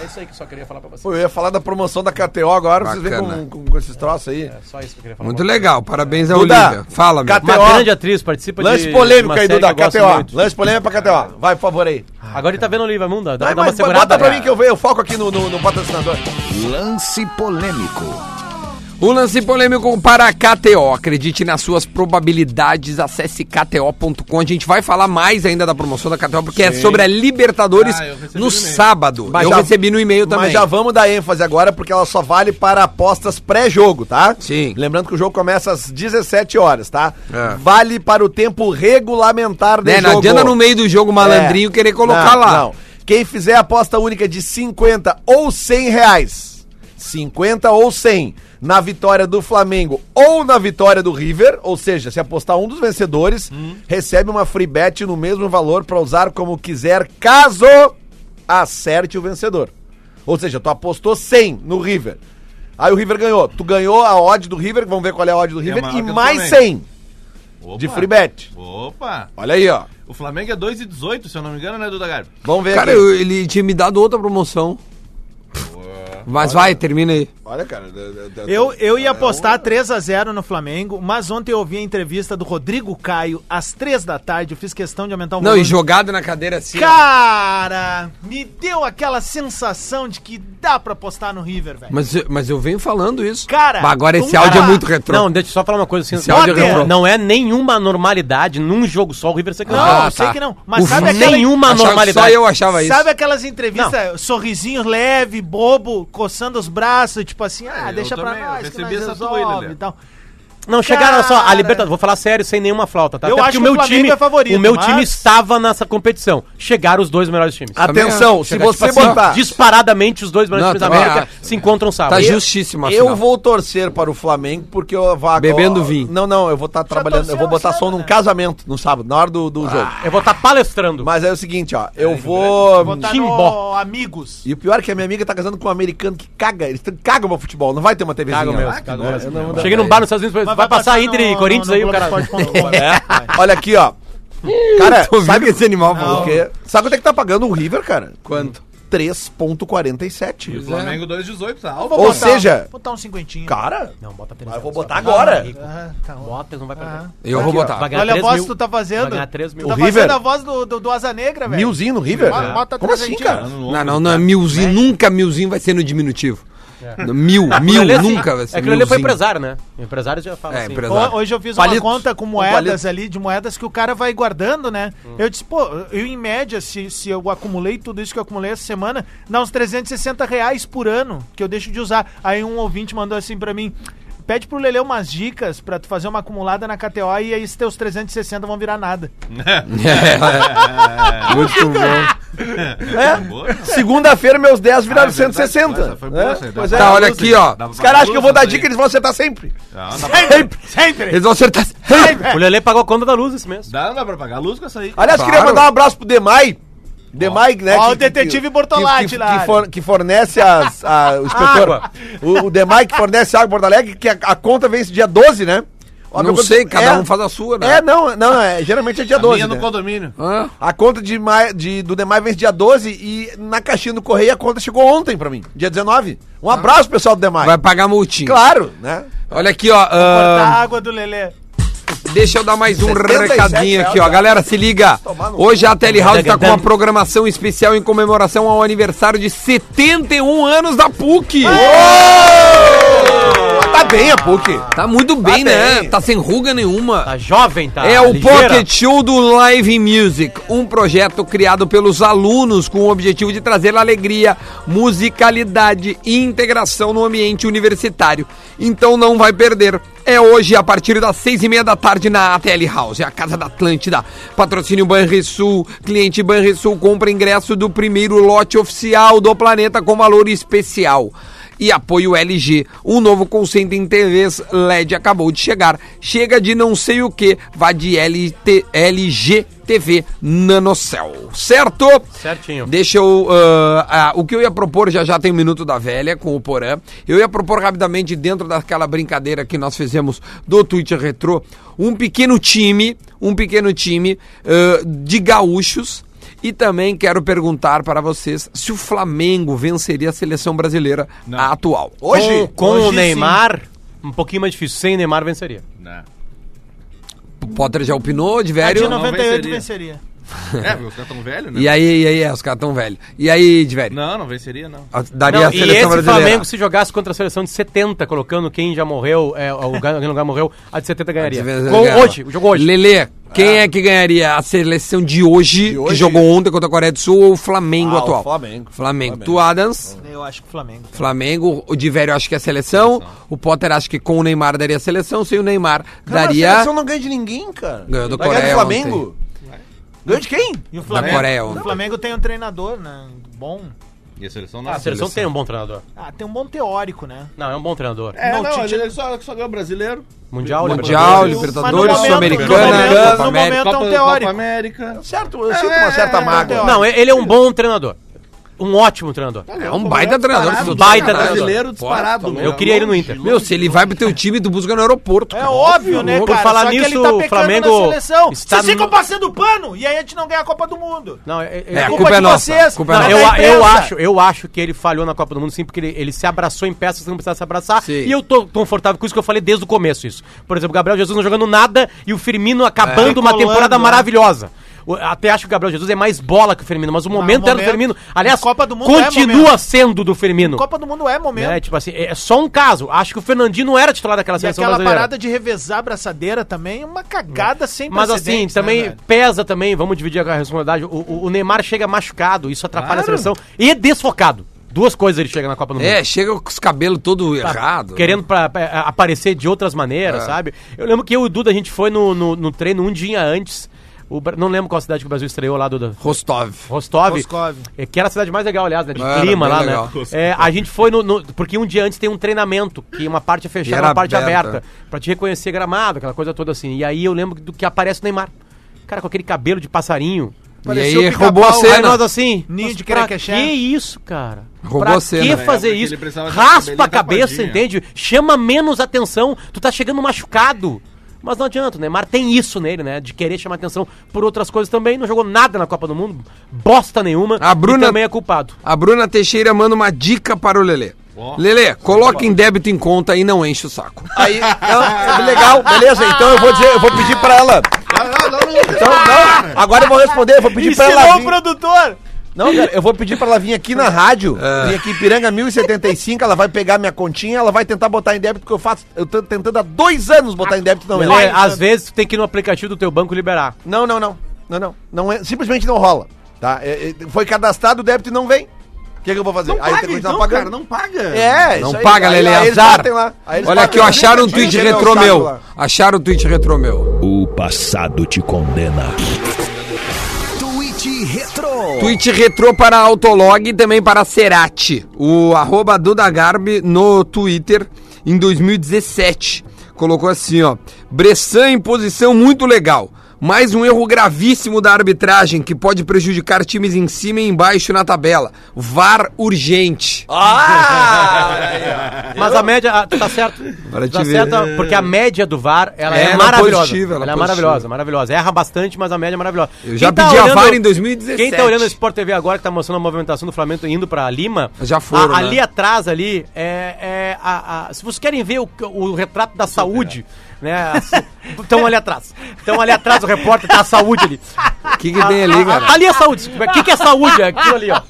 S5: É isso aí que eu só queria falar pra vocês.
S3: Pô, eu ia falar da promoção da KTO agora, vocês vêm
S1: Bacana.
S3: com, com, com esses troços aí.
S5: É só isso que eu queria falar.
S1: Muito
S5: pra
S1: legal. Parabéns a
S3: Duda,
S1: Olívia. Fala, meu.
S3: KTO.
S5: vocês. Uma grande atriz, participa
S3: Lance
S5: uma
S3: polêmico aí,
S5: série
S3: Duda,
S5: que eu gosto
S3: KTO.
S5: muito.
S3: Lance polêmico pra KTO. Vai, por favor aí.
S5: Agora ele tá vendo Olivia Moon, dá, dá
S3: Vai,
S5: uma
S3: mas
S5: segurada.
S3: bota pra mim que eu, eu foco aqui no, no, no patrocinador.
S8: Lance polêmico.
S1: O Um lance polêmico para a KTO. Acredite nas suas probabilidades. Acesse KTO.com. A gente vai falar mais ainda da promoção da KTO, porque é sobre a Libertadores
S7: Ah, eu recebi
S1: no
S7: no e-mail.
S1: sábado.
S3: Mas
S1: eu
S3: já-
S1: recebi no e-mail também.
S3: Mas
S1: Né,
S3: já vamos dar ênfase agora, porque ela só vale para apostas pré-jogo, tá?
S1: Sim.
S3: Lembrando que o jogo começa às 17 horas, tá?
S1: É.
S3: Vale para o tempo regulamentar do
S1: Né,
S3: jogo.
S1: Não adianta no meio do jogo malandrinho
S3: É.
S1: querer colocar
S3: Não,
S1: lá.
S3: não. Quem fizer a aposta única de 50 ou 100 reais, 50 ou 100, na vitória do Flamengo ou na vitória do River, ou seja, se apostar um dos vencedores, recebe uma free bet no mesmo valor para usar como quiser, caso acerte o vencedor. Ou seja, tu apostou 100 no River. Aí o River ganhou. Tu ganhou a odd do River, vamos ver qual é a odd do River,
S7: maior
S3: e
S7: que o
S3: mais
S7: Flamengo.
S3: 100
S7: Opa.
S3: de free bet.
S7: Opa.
S3: Olha aí, ó.
S7: O Flamengo é 2 e 18, se eu não me engano, né, Duda Garbi?
S3: Vamos ver
S1: Cara,
S3: aqui.
S1: eu- ele tinha me dado outra promoção. Mas vai, termina aí.
S3: Olha, cara. eu- eu-
S2: Eu, eu
S3: é um Tá
S2: ia apostar 3x0 no Flamengo, mas ontem eu ouvi a entrevista do Rodrigo Caio às 3 da tarde. Eu fiz questão de aumentar o
S1: Não, e jogado na cadeira assim. ó.
S2: Cara, me deu aquela sensação de que dá pra apostar no River, velho.
S1: Mas, eu- mas eu venho falando isso.
S2: Cara,
S1: Mas agora esse
S2: vamos
S1: áudio
S2: lá.
S1: é muito retrô.
S5: Não, deixa eu só falar uma coisa assim.
S1: Esse áudio
S5: Potter,
S1: retrô.
S5: Não é nenhuma normalidade num jogo só o River ser campeão.
S2: Não,
S1: Ah,
S2: eu sei
S1: tá.
S2: que não. Mas
S1: O
S2: sabe
S3: é
S1: Fluminense-
S2: aquela,
S5: nenhuma
S1: Achava-
S5: normalidade.
S1: Só eu achava isso.
S2: sabe aquelas entrevistas, sorrisinho leve, bobo, coçando os braços, tipo assim, ah,
S7: eu
S2: deixa pra
S7: também, eu
S2: nós, que
S7: recebi
S2: nós
S7: essa tua,
S2: resolve
S7: Lelê.
S2: e tal.
S5: Não, chegaram só, a
S2: Cara.
S5: Libertadores, vou falar sério, sem nenhuma flauta, tá?
S2: Eu
S5: porque
S2: acho
S5: o meu
S2: que o Flamengo
S5: time,
S2: é favorito,
S5: o meu
S2: mas-
S5: time estava nessa competição. Chegaram os dois melhores times.
S3: Atenção, se
S5: Chegar, tipo
S3: você
S5: assim,
S3: botar.
S5: disparadamente os dois
S1: Não,
S5: melhores
S3: tá
S5: times da
S1: também
S5: América
S1: acho.
S5: se encontram sábado.
S1: Tá
S5: Eu-
S1: justíssimo a
S3: Eu
S1: final.
S3: vou torcer para o Flamengo porque eu vou agora-
S1: Bebendo vinho.
S3: Não, não, eu vou estar trabalhando, eu
S2: torceu
S3: vou botar
S2: esse
S3: som
S2: ano,
S3: num
S2: né?
S3: casamento no sábado, na hora do,
S1: Ah.
S3: do jogo.
S5: Eu vou estar palestrando.
S3: Mas é o seguinte, ó, eu vou.
S2: Botar
S5: Timbó.
S2: no amigos.
S3: E o pior é que a minha amiga tá casando com um americano que caga, eles tão- cagam meu futebol, não vai ter uma TVzinha.
S5: Cago meu.
S3: lá.
S5: cago
S3: né?
S5: meu.
S3: Eu não-
S5: Cheguei num bar nos Estados Unidos, vai, vai passar
S2: bater
S5: Inter
S2: no-
S5: e Corinthians
S2: no-
S5: aí,
S2: no
S5: o cara.
S2: Globoesporte.com.
S3: Olha aqui, ó. Cara,
S1: Tô ouvindo
S3: sabe
S1: esse animal
S3: o
S1: falou.
S3: quê? Sabe quanto é que tá pagando o River, cara?
S1: Quanto? é.
S3: 3.47.
S7: O Flamengo 2 e 18, tá?
S2: Vou
S3: Ou
S2: botar-
S3: seja-
S2: Botar um cinquentinho.
S3: Cara,
S5: Não, bota três.
S3: mas eu vou
S5: reais.
S3: botar agora.
S2: Ah, tá bom.
S5: Bota, não vai perder.
S1: Eu vou botar.
S5: Vai ganhar
S2: Ah. Olha a
S5: 3
S2: voz
S5: mil.
S2: que tu tá fazendo.
S5: Vai ganhar 3 mil.
S2: Tu tá
S3: O River.
S2: fazendo a voz do, do, do Asa Negra, velho.
S3: Milzinho no River?
S2: Bota- bota
S3: Como assim,
S2: trezentinho.
S3: cara?
S1: Não, não, não é milzinho.
S3: Né?
S1: Nunca milzinho vai ser no diminutivo.
S3: É.
S1: Mil,
S5: O
S1: mil,
S5: Lelê, assim,
S1: nunca vai ser
S5: É que o Lelê foi
S1: milzinho.
S5: empresário, né? O empresário já fala
S1: É,
S5: assim.
S1: empresário.
S2: Ho- Hoje eu fiz
S3: Palitos.
S2: uma conta com
S3: palito.
S2: moedas ali, de moedas que o cara vai guardando, né?
S5: Hum.
S2: Eu disse, pô, eu em média, se, se eu acumulei tudo isso que eu acumulei essa semana, dá uns 360 reais por ano que eu deixo de usar. Aí um ouvinte mandou assim pra mim. Pede pro Lele umas dicas pra tu fazer uma acumulada na KTO e aí esses teus 360 vão virar nada.
S1: É, Muito bom.
S3: Segunda-feira meus 10 viraram
S7: Ah, é verdade,
S3: 160.
S7: essa foi
S3: né?
S7: boa essa,
S3: Pois
S7: dá
S3: é.
S1: Tá, olha aqui, ó.
S3: Os caras acham que eu vou dar dica,
S7: de.
S3: eles vão acertar sempre.
S2: Sempre! Sempre!
S1: Eles vão acertar.
S5: O Lelê pagou a conta da luz esse mês.
S7: Dá, dá pra pagar a luz com essa aí.
S3: Aliás,
S1: Claro.
S3: queria mandar um abraço pro Demai. Demai, né?
S2: Ó, o detetive Bortolatti
S3: que,
S2: na área.
S3: que, for- que fornece as, a, o inspetor.
S5: Água.
S3: o, o Demai que fornece água em Porto Alegre, que a, a conta vence dia 12, né? Ó,
S1: Não
S3: meu-
S1: sei, cada
S3: é-
S1: um faz a sua, né?
S3: É, não, não, não, é, geralmente é dia
S7: a
S3: 12.
S7: minha no
S3: né?
S7: condomínio.
S1: Hã?
S3: A conta de, Mai- de- do Demai vence dia 12 e na caixinha do correio a conta chegou ontem pra mim, dia 19. Um abraço, pessoal do Demai.
S1: Vai pagar multinha.
S3: Claro, né?
S1: Olha aqui, ó.
S2: Cortar
S1: ah,
S2: a água do Lelê.
S1: Deixa eu dar mais um
S3: 77
S1: recadinho aqui, ó.
S3: reais.
S1: Galera, se liga. Hoje a Telehouse tá com uma
S5: Dang.
S1: programação especial em comemoração ao aniversário de 71 anos da PUC.
S3: Tá bem a PUC.
S1: Tá muito bem, né?
S3: bem.
S1: Tá sem ruga nenhuma.
S5: Tá jovem, tá?
S1: É o
S5: ligeira.
S1: Pocket Show do Live Music, um projeto criado pelos alunos com o objetivo de trazer alegria, musicalidade e integração no ambiente universitário. Então não vai perder. É hoje, a partir das seis e meia da tarde, na ATL House, a Casa da Atlântida. Patrocínio Banrisul. Cliente Banrisul compra ingresso do primeiro lote oficial do planeta com valor especial e apoio LG. Um novo conceito em TVs LED acabou de chegar. Chega de não sei o que, vá de LT, LG TV Nanocell. Certo?
S5: Certinho.
S1: Deixa eu. ah, ah, o que eu ia propor já já tem o Minuto da Velha com o Porã. Eu ia propor rapidamente, dentro daquela brincadeira que nós fizemos do Twitch Retro, um pequeno time, um pequeno time ah, de gaúchos. E também quero perguntar para vocês se o Flamengo venceria a seleção brasileira a atual.
S5: Hoje, com, com
S2: Hoje
S5: o
S2: sim.
S5: Neymar, um pouquinho mais difícil. Sem Neymar, venceria.
S7: Não.
S1: O Potter já opinou, de
S2: A de
S1: velho.
S7: não
S2: 98
S7: venceria.
S2: venceria.
S7: É, porque os caras tão velhos, né?
S1: E aí, e aí, é, os caras tão velhos. E aí, de velho?
S7: Não, não venceria, não.
S1: A- Daria a
S5: Não, e esse
S1: seleção brasileira.
S5: Flamengo, se jogasse contra a seleção de 70, colocando quem já morreu, é, o lugar, quem lugar morreu, a de 70 ganharia. Gol hoje, o jogo hoje.
S1: Lele, quem é que ganharia? A seleção de hoje, que
S3: hoje?
S1: jogou ontem contra a Coreia do Sul, ou o Flamengo
S3: Ah, o
S1: atual?
S3: Flamengo.
S1: Flamengo.
S3: Flamengo.
S1: Tu, Adams?
S2: Eu acho que o Flamengo.
S1: Flamengo, o de velho acho que é a seleção. O Potter acho que com o Neymar daria a seleção, sem o Neymar
S3: Cara,
S1: daria
S3: A seleção não ganha de ninguém, cara.
S1: Ganhou do
S3: Vai ganhar
S1: Coreia
S3: Flamengo? Ganhou de quem?
S2: E o
S1: da
S2: Flamengo?
S1: Coreia.
S2: O
S1: ontem.
S2: Flamengo tem um treinador, né? Bom.
S7: E a seleção não.
S5: Ah, a seleção tem um bom treinador.
S2: Ah, tem um bom teórico, né?
S5: Não, é um bom treinador.
S7: É,
S2: Não,
S7: não,
S2: Tite-
S7: ele ele só, só ganhou brasileiro.
S5: Mundial, é
S1: Mundial,
S5: Libertadores.
S1: Libertadores,
S2: Mas no momento-
S7: no
S1: Sul-Americana, Copa
S7: momento-
S2: no
S1: América.
S2: momento- Então,
S7: Copa,
S2: teórico.
S7: Copa América.
S3: Certo, eu sinto uma certa mágoa.
S5: Não, ele é um bom treinador. Um ótimo treinador.
S1: É um baita treinador.
S7: Disparado,
S1: tu-
S5: baita
S1: Cara,
S5: treinador.
S7: Brasileiro disparado.
S1: Porra,
S5: Eu queria ir no Inter.
S1: Meu, se ele vai pro teu time, tu busca no aeroporto.
S2: É
S1: cara.
S2: óbvio, né,
S1: Por
S2: cara?
S5: falar
S2: Só que
S5: nisso,
S2: ele tá
S5: o
S2: pecando
S5: Flamengo
S2: na seleção.
S5: está
S2: Vocês ficam
S5: no-
S2: passando pano e aí a gente não ganha a Copa do Mundo.
S5: Não, é,
S1: É, a
S5: eu-
S1: culpa é
S2: de
S1: nossa.
S2: vocês.
S1: a Culpa é
S5: Não,
S1: nossa.
S5: eu,
S2: da imprensa.
S5: eu acho, eu acho que ele falhou na Copa do Mundo sim, porque ele, ele se abraçou em peças que não precisava se abraçar.
S1: Sim.
S5: E eu tô confortável com isso que eu falei desde o começo isso. Por exemplo, o Gabriel Jesus não jogando nada e o Firmino acabando uma
S2: Colando,
S5: temporada
S2: né?
S5: maravilhosa. O- Até acho que o Gabriel Jesus é mais bola que o Firmino, mas o momento era do
S2: Ah, momento-
S5: Firmino. Aliás,
S2: a Copa do Mundo é
S5: continua
S2: momento.
S5: sendo do Firmino.
S2: Copa do Mundo é momento.
S5: Né? Tipo assim, é é só um caso. Acho que o Fernandinho não era titular daquela
S2: E
S5: seleção
S2: aquela
S5: brasileira.
S2: parada de revezar a braçadeira também, é uma cagada sem
S5: Mas assim,
S2: precedentes,
S5: também
S2: né, velho?
S5: pesa também, vamos dividir a responsabilidade. O, o- o Neymar chega machucado, isso atrapalha a seleção. E desfocado. Duas coisas ele chega na Copa do
S1: É,
S5: Mundo.
S1: chega com os cabelos todo errado.
S5: Querendo pra, pra- a- aparecer de outras maneiras, sabe? Eu lembro que eu e o Duda, a gente foi no, no, no treino um dia antes. O Bra- não lembro qual cidade que o Brasil estreou lá, Duda.
S1: Rostov.
S5: Rostov,
S2: Rostov.
S5: é, que era a cidade mais legal, aliás, né? De
S1: Era,
S5: clima
S1: bem
S5: lá,
S1: legal.
S5: né? É, a gente foi no, no- Porque um dia antes tem um treinamento, que uma parte é
S1: E
S5: fechada
S1: era
S5: uma parte
S1: aberta.
S5: aberta. Pra te reconhecer gramado, aquela coisa toda assim. E aí eu lembro do que aparece o Neymar. Cara, com aquele cabelo de passarinho.
S1: E
S2: Parecia
S1: aí
S2: o pica-pau.
S1: roubou a
S5: Aí
S1: cena.
S5: nós assim.
S2: Ninho
S5: mas
S2: de
S5: pra que
S2: querequexé.
S5: isso, cara?
S1: Roubou
S5: pra
S1: a cena.
S5: que
S1: É,
S5: fazer
S7: porque
S5: isso?
S7: ele precisava ter o
S5: Raspa
S7: cabelinho
S5: a cabeça,
S7: tapadinho.
S5: entende? Chama menos atenção. Tu tá chegando machucado. Mas não adianta, o Neymar tem isso nele, né? De querer chamar atenção por outras coisas também. Não jogou nada na Copa do Mundo, bosta nenhuma.
S1: A Bruna-
S5: E também é culpado.
S1: A Bruna Teixeira manda uma dica para o Lelê. Lelê, coloca em débito em conta e não enche o saco.
S3: Aí, não, legal, beleza. Então eu vou dizer, eu vou pedir pra ela. Então, não, agora eu vou responder, eu vou pedir pra ela.
S2: Ensinou o
S3: vir-
S2: produtor.
S3: Não, cara, eu vou pedir pra ela vir aqui na rádio. Vim aqui em Piranga 1075, ela vai pegar minha continha, ela vai tentar botar em débito, porque eu faço. Eu tô tentando há dois anos botar em débito, não.
S5: Lelê,
S3: ela-
S5: é,
S3: é
S5: às vezes tu tem que ir no aplicativo do teu banco liberar.
S3: Não, não, não. Não, não. não é, simplesmente não rola. Tá? É, é, foi cadastrado o débito e não vem. O que, que eu vou fazer?
S7: Não
S3: aí eu
S7: paga,
S3: tenho que
S7: então,
S3: continuar
S7: cara,
S3: pagando.
S7: não paga.
S3: É,
S1: Não
S3: isso aí.
S1: paga,
S3: Aí-
S1: Lelê,
S3: aí eles
S1: azar.
S3: batem lá. Aí eles
S1: Olha
S3: batem
S1: aqui, ó,
S3: lá.
S1: acharam um tweet
S3: Chega ao
S1: retrô
S3: saco
S1: meu.
S3: lá.
S1: Acharam o tweet retrô meu.
S8: O passado te condena.
S4: Tweet Retro.
S1: Tweet retrô para Autolog e também para Cerati. O arroba Duda Garbi no Twitter em 2017. Colocou assim, ó. Bressan em posição muito legal. Mais um erro gravíssimo da arbitragem que pode prejudicar times em cima e embaixo na tabela. VAR urgente.
S3: Ah!
S5: Mas a média, ah, tu tá certo.
S1: Para
S5: Tu tá
S1: te ver.
S5: certo, porque a média do VAR, ela é,
S1: Ela é
S5: maravilhosa.
S1: positiva, ela
S5: ela
S1: é
S5: é maravilhosa, maravilhosa. Erra bastante, mas a média é maravilhosa.
S1: Eu já pedi a VAR em 2017.
S5: Quem tá olhando o Sport TV agora, que tá mostrando a movimentação do Flamengo indo pra Lima.
S1: Já foram,
S5: a- Ali
S1: né?
S5: atrás, ali, é. é a- a- se vocês querem ver o, o retrato da saúde, né? a- Estão ali atrás. Estão ali atrás, o repórter tá a saúde ali.
S1: O que, que tem ali,
S5: Ah,
S1: cara?
S5: ali é saúde. O que, que é saúde? É aquilo ali, ó.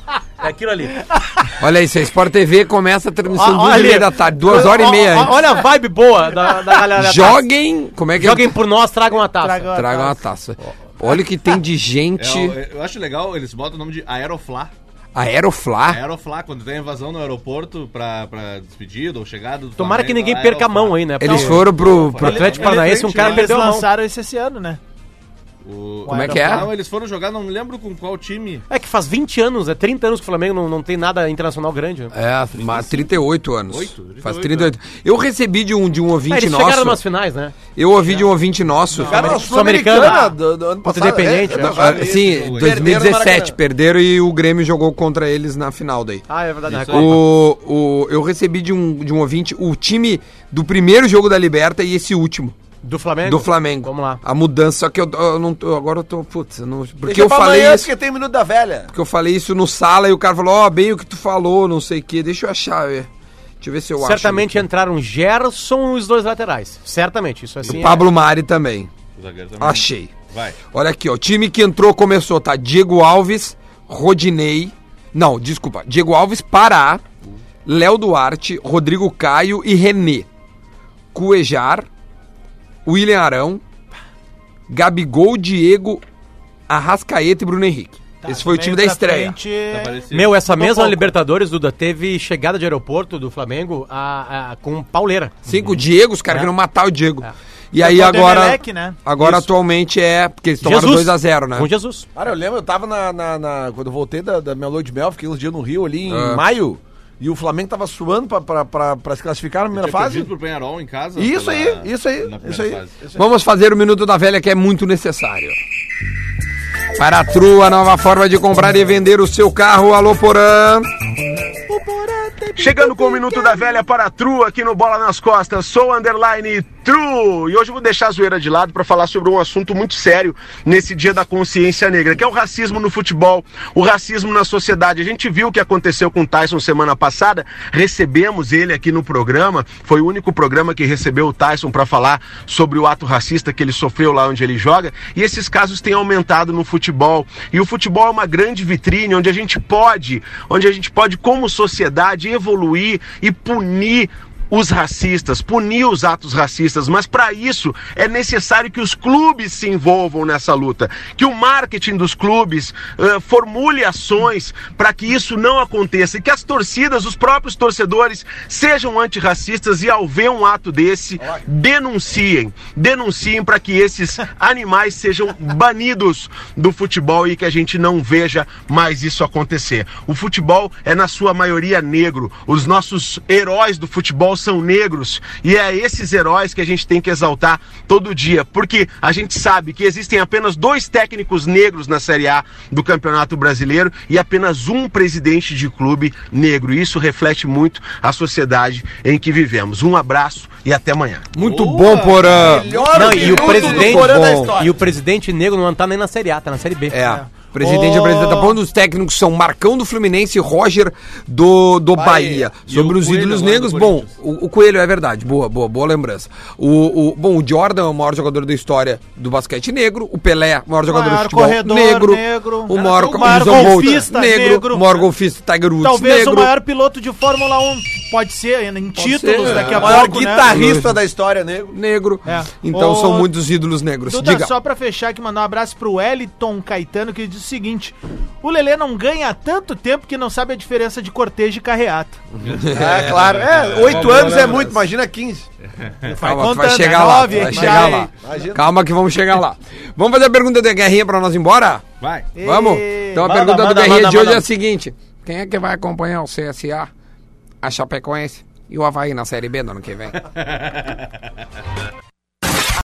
S5: É aquilo ali.
S1: Olha isso, a Sport TV começa a transmissão
S5: Ó,
S1: duas e
S5: olha.
S1: meia da tarde, duas horas e meia.
S5: Ó, ó,
S1: antes.
S5: Olha a vibe boa da, da galera. atrás.
S1: Joguem. Como é que
S5: Joguem por nós, tragam a taça.
S2: Traga-
S1: Tragam a taça. Olha o que tem de gente.
S7: É, eu acho legal, eles botam o nome de Aeroflá.
S1: Aeroflá.
S7: Aeroflá, quando tem invasão no aeroporto pra, pra despedida ou chegada do
S5: Tomara
S7: Flamengo,
S5: que ninguém perca a mão aí, né? Porque
S1: Eles
S5: o-
S1: foram pro.
S5: Pro
S1: pro-
S5: Atlético Paranaense, um cara
S7: Eles
S5: perdeu a
S2: Eles
S5: mão.
S2: lançaram isso esse ano, né?
S7: O...
S1: Como é que é?
S7: Não, eles foram jogar, não lembro com qual time.
S5: É que faz 20 anos, é 30 anos que o Flamengo não, não tem nada internacional grande. Né?
S1: É, mas 38 anos.
S7: Oito, 38
S1: Faz 38. Eu recebi de um, de um
S5: É,
S1: ouvinte
S5: eles
S1: nosso.
S5: chegaram nas finais, né?
S1: Eu ouvi de um ouvinte nosso.
S3: Cara,
S5: Sul-Americana.
S3: Sul-Americana do, do ano
S5: Contra
S3: passado.
S5: Independente,
S3: é,
S5: né?
S3: não,
S1: Ah,
S3: é,
S1: Sim,
S7: Perderam
S1: 2017 perderam e o Grêmio jogou contra eles na final daí.
S5: Ah, é verdade.
S7: Isso
S5: na Copa.
S1: O, o, eu recebi de um, de um ouvinte o time do primeiro jogo da Liberta e esse último,
S5: Do Flamengo?
S1: do Flamengo.
S5: Vamos lá.
S1: A mudança, só que eu, eu não tô, agora eu tô, putz, eu não, porque
S3: Deixa
S1: eu
S3: pra
S1: falei
S3: amanhã,
S1: isso,
S3: Porque tem Minuto da Velha.
S1: porque eu falei isso no sala e o cara falou, ó, bem o que tu falou, não sei o que, deixa eu achar, é. deixa eu ver se eu
S5: Certamente
S1: acho.
S5: entraram Gerson e os dois laterais. Certamente, isso assim.
S1: O Pablo Mari também,
S7: O zagueiro também.
S1: achei.
S7: Vai.
S1: Olha aqui, ó. O time que entrou começou, tá? Diego Alves, Rodinei. Não, desculpa. Diego Alves, Pará, Léo Duarte, Rodrigo Caio e Renê. Cuejar, William Arão, Gabigol, Diego, Arrascaeta e Bruno Henrique.
S2: Tá,
S1: Esse foi o time da estreia.
S7: Tá
S5: É.
S7: parecido.
S5: Meu, essa
S1: Então,
S2: Tocou
S5: mesma
S2: pouco.
S5: Libertadores, Duda, teve chegada de aeroporto do Flamengo a, a- com pauleira.
S1: Cinco Diego, os caras
S5: É.
S1: queriam matar o Diego.
S5: É.
S1: E aí agora,
S2: Emelec, né?
S1: agora
S5: Isso.
S1: atualmente é, porque eles tomaram 2x0, né?
S5: Com Jesus.
S3: Cara, eu lembro, eu tava na. na- na- quando eu voltei da, da minha lua de mel, fiquei uns dias no Rio ali em
S1: Ah.
S3: maio. E o Flamengo tava suando pra, pra, pra, pra se classificar na primeira
S7: Tinha
S3: fase.
S7: perdido pro Penharol em casa.
S3: Isso
S7: pela-
S3: aí, isso aí,
S7: na primeira
S3: isso aí.
S7: fase.
S1: Vamos fazer o Minuto da Velha que é muito necessário. Para a Tru, a nova forma de comprar e vender o seu carro, Alô Porã.
S9: Chegando com o Minuto da Velha para a Tru aqui no Bola nas Costas, sou underline Tru. E hoje eu vou deixar a zoeira de lado para falar sobre um assunto muito sério nesse dia da consciência negra, que é o racismo no futebol, o racismo na sociedade. A gente viu o que aconteceu com o Tyson semana passada, recebemos ele aqui no programa, foi o único programa que recebeu o Tyson para falar sobre o ato racista que ele sofreu lá onde ele joga. E esses casos têm aumentado no futebol. E o futebol é uma grande vitrine onde a gente pode, onde a gente pode, como sociedade, evoluir e punir os racistas, punir os atos racistas, mas para isso é necessário que os clubes se envolvam nessa luta, que o marketing dos clubes eh, formule ações para que isso não aconteça e que as torcidas, os próprios torcedores sejam antirracistas e ao ver um ato desse, denunciem, denunciem para que esses animais sejam banidos do futebol e que a gente não veja mais isso acontecer. O futebol é na sua maioria negro. Os nossos heróis do futebol são negros e é esses heróis que a gente tem que exaltar todo dia, porque a gente sabe que existem apenas dois técnicos negros na Série A do Campeonato Brasileiro e apenas um presidente de clube negro. Isso reflete muito a sociedade em que vivemos. Um abraço e até amanhã.
S1: Muito bom, Porã.
S5: Não, e o
S3: minuto
S5: presidente.
S3: do Porã da
S1: Bom.
S3: história.
S5: E o presidente negro não tá nem na Série A, tá na Série B.
S1: É. Presidente
S2: Ô.
S1: apresenta bom dos técnicos são Marcão do Fluminense e Roger do, do Bahia.
S7: E
S1: Sobre
S7: o
S1: os
S7: Coelho
S1: ídolos
S7: agora
S1: negros,
S7: do
S1: bom,
S7: Corinthians.
S1: o, o Coelho é verdade, boa, boa, boa lembrança. O, o- bom, o Jordan é o maior jogador da história do basquete negro, o Pelé, o maior jogador
S2: Maior
S1: do futebol
S2: corredor
S1: negro,
S2: negro.
S1: o
S2: Era
S1: maior,
S2: tudo maior
S1: camisão Volta
S2: golfista
S1: negro,
S2: negro.
S1: o maior golfista Tiger Woods
S2: Talvez
S1: negro.
S2: o maior piloto de Fórmula 1. Pode ser, em títulos,
S1: ser,
S2: daqui
S1: é.
S2: a
S3: O maior
S2: pouco, né?
S3: guitarrista da história, nego.
S1: negro.
S2: É.
S1: Então
S2: Ô,
S1: são muitos ídolos negros.
S2: Duda,
S1: Diga.
S2: só pra fechar aqui, mandar um abraço pro Wellington Caetano, que diz o seguinte: o Lelê não ganha há tanto tempo que não sabe a diferença de cortejo e carreata.
S3: É, claro. É, oito anos é muito, imagina 15.
S1: Calma, tu vai
S2: contando,
S1: chegar
S2: né?
S1: lá,
S2: Nove,
S1: tu vai
S2: hein?
S1: chegar
S2: Vai.
S1: lá. Calma que vamos chegar lá. Vamos fazer a pergunta da guerrinha pra nós ir embora?
S7: Vai.
S1: Vamos?
S2: E-
S1: Então a
S5: Manda,
S1: pergunta do
S5: manda,
S1: Guerrinha
S5: manda,
S1: de hoje
S5: manda.
S1: é a seguinte: quem é que vai acompanhar o CSA, a Chapecoense e o Havaí na Série B do ano que vem?